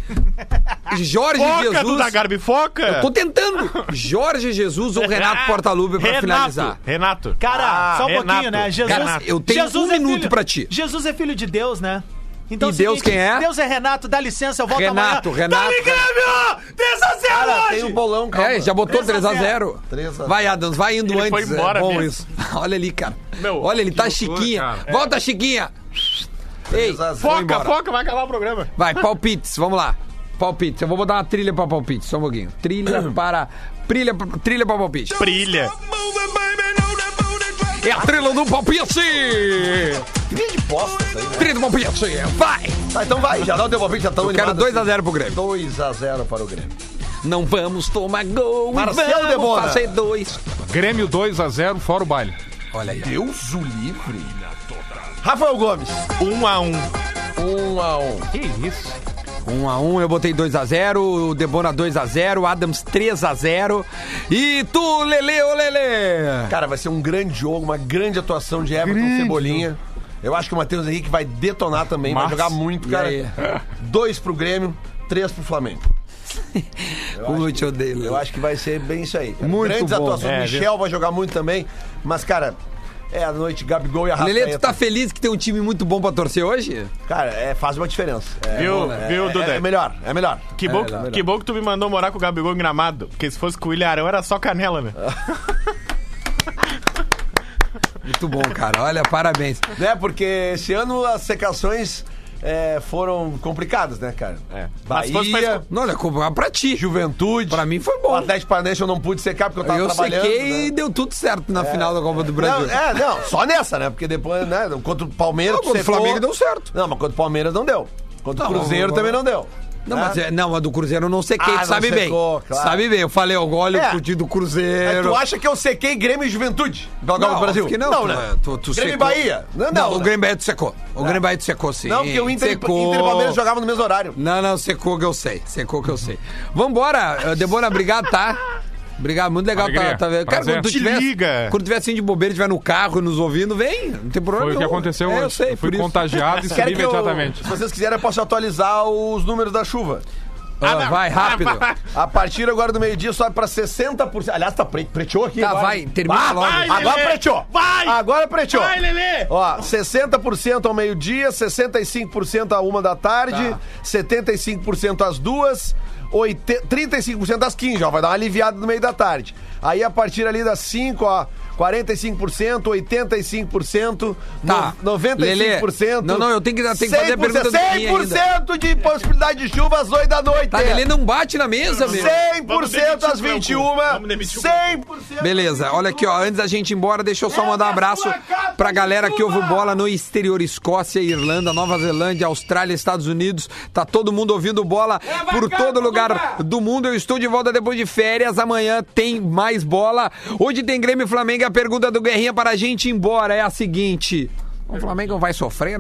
S1: Jorge
S5: Foca,
S1: Jesus.
S5: Duda Garbi, foca!
S1: Eu tô tentando. Jorge Jesus ou Renato Portaluppi pra
S5: É. Renato,
S1: finalizar.
S5: Renato.
S2: Cara,
S5: Ah,
S2: só um
S5: Renato.
S2: pouquinho, né? Jesus,
S1: Cara, eu tenho
S2: Jesus é
S1: um minuto
S2: filho,
S1: pra ti.
S2: Jesus é filho de Deus, né? Então,
S1: E
S2: é o
S1: Deus quem é?
S2: Deus é Renato, dá licença, eu volto
S5: Tá
S1: Renato,
S2: amanhã. Tá
S1: Renato.
S2: Dale, Grêmio! 3 a 0
S3: Cara,
S2: hoje!
S3: tem um bolão, calma.
S1: É, já botou
S2: 3 a
S1: 3x0.
S3: 3 a 0.
S1: Vai, Adams, vai indo
S5: Ele
S1: antes.
S5: foi embora
S1: é bom
S5: mesmo.
S1: isso. Olha ali, cara.
S5: Meu,
S1: Olha, ele tá
S7: loucura,
S1: chiquinha.
S5: É.
S7: cara.
S1: Volta, Chiquinha. Ei,
S3: a 0.
S1: foi
S5: Foca,
S1: embora.
S5: foca, vai acabar o programa.
S1: Vai, palpites, vamos lá. Palpites, eu vou botar uma trilha pra palpite, só um pouquinho. Trilha para. Trilha, trilha pra palpite.
S5: Brilha.
S1: É a trilha do palpite!
S3: Que dia de bosta isso aí, né?
S1: Trilha do palpite, vai!
S3: Tá, então vai, já dá o teu palpite, já assim. estamos
S1: Eu quero 2x0 pro Grêmio.
S3: 2x0 para o Grêmio.
S1: Não vamos tomar gol, e
S3: Marcelo
S1: vamos
S3: Debona.
S1: fazer dois.
S7: Grêmio 2 a 0 fora o baile.
S1: Olha aí.
S3: Deus o livre. Rafael Gomes.
S5: Um a um.
S3: 1x1.
S7: Que isso?
S1: 1 a 1 eu botei 2 a 0 o Debona 2 a 0 Adams 3 a 0 E tu, Lele, ô Lele!
S3: Cara, vai ser um grande jogo, uma grande atuação de Everton
S7: Grande
S3: Cebolinha. Eu acho que o Matheus Henrique vai detonar também,
S7: Mas-
S3: vai jogar muito,
S1: E
S3: cara.
S1: aí?
S3: Dois pro Grêmio, três pro Flamengo.
S1: Como eu te odeio, Lele.
S3: Eu acho que vai ser bem isso aí. cara.
S1: Muito
S3: Grandes
S1: bom.
S3: atuações.
S5: É,
S3: Michel vai jogar muito também. Mas, cara, é a noite, Gabigol e a Rafa.
S1: Lele, tu tá feliz que tem um time muito bom pra torcer hoje?
S3: Cara, é, faz uma diferença. É,
S5: Viu,
S3: é,
S5: viu,
S3: é,
S5: Duda?
S3: é melhor, é melhor.
S5: Que bom,
S1: É,
S5: que,
S1: melhor.
S5: que bom que tu me mandou morar com o Gabigol em Gramado. Porque se fosse com o Ilharão era só canela, né?
S1: Muito bom, cara. Olha, parabéns.
S3: né? Porque esse ano as secações é, foram complicadas, né, cara?
S5: É. Mas fosse pra
S3: Bahia,
S5: esco-
S1: Não, olha, comprar pra ti.
S3: Juventude.
S1: Pra mim foi
S3: O
S1: bom.
S3: Atlético Paranaense eu não pude secar porque eu tava
S1: Eu
S3: trabalhando.
S1: sequei
S3: né?
S1: e deu tudo certo na final da Copa do Brasil.
S3: Não, é, não, só nessa, né? Porque depois, né? Contra o Palmeiras.
S1: Não,
S3: tu
S1: contra o
S3: secou.
S1: Flamengo deu certo.
S3: Não, mas contra o Palmeiras não deu. Contra o
S1: Não,
S3: Cruzeiro
S1: não,
S3: também não deu.
S1: Não,
S3: né?
S1: mas, é- não, a do Cruzeiro eu não sequei, tu
S3: Ah, não
S1: sabe
S3: secou,
S1: bem.
S3: claro.
S1: Sabe bem, eu falei, ó, olha
S3: É.
S1: o fudido do
S3: Aí
S1: Cruzeiro.
S3: tu acha que eu sequei Grêmio e Juventude? Pela Copa
S1: não,
S3: do Brasil?
S1: acho que não,
S3: não
S1: tu- é,
S3: né?
S1: Tu, tu
S3: Grêmio e
S1: secou.
S3: Bahia? Não, não.
S1: o
S3: né?
S1: Grêmio Bahia tu secou. O Grêmio Bahia tu secou sim.
S3: Não, porque o Inter, e-
S1: secou.
S3: Inter e Palmeiras jogavam no mesmo horário.
S1: Não, não, secou que eu sei. Secou que eu sei. Vambora, eh, Debora, obrigado, tá? Obrigado, muito legal
S7: Alegria,
S1: tá, tá vendo. Cara,
S7: prazer.
S1: quando tu
S5: Te
S1: tiver,
S5: liga.
S1: quando tiver assim de bobeira, tiver no carro nos ouvindo, vem, não tem problema
S7: Foi o que
S1: nenhum.
S7: aconteceu
S1: É, eu
S7: hoje.
S1: sei,
S7: fui
S1: por isso.
S7: contagiado e subi
S3: Querem que eu-
S7: imediatamente.
S3: se vocês quiserem, eu posso atualizar os números da chuva.
S1: Ah, vai, rápido.
S3: A partir agora do meio-dia sobe pra 60%. Aliás, tá pre preteou aqui.
S1: Tá,
S3: agora.
S1: vai, termina
S3: Ah,
S1: logo.
S3: vai, agora
S5: Lelê.
S3: preteou.
S5: Vai.
S3: Agora preteou.
S5: Vai, Lelê.
S3: Ó, 60% ao meio-dia, 65% à uma da tarde,
S1: Tá.
S3: 75% às duas, oite- 35% às 15, ó. Vai dar uma aliviada no meio da tarde. Aí a partir ali das 5, ó. 45%, 85%,
S1: Tá.
S3: no-
S1: Lelê,
S3: 95%.
S1: não, não, eu tenho que- eu tenho que fazer a pergunta do
S3: 100%,
S1: Guinha ainda.
S3: 100% de possibilidade de chuva às 8 da noite.
S1: Tá, Lelê não bate na mesa, meu.
S3: 100% às 21, 100%.
S1: Beleza, olha aqui, ó. Antes da gente ir embora, deixa eu só mandar um abraço pra galera que ouve o bola no exterior, Escócia, Irlanda, Nova Zelândia, Austrália, Estados Unidos. Tá todo mundo ouvindo bola por todo lugar do mundo. Eu estou de volta depois de férias. Amanhã tem mais bola. Hoje tem Grêmio e Flamengo. A pergunta do Guerrinha para a gente ir embora é a seguinte: o Flamengo vai sofrer?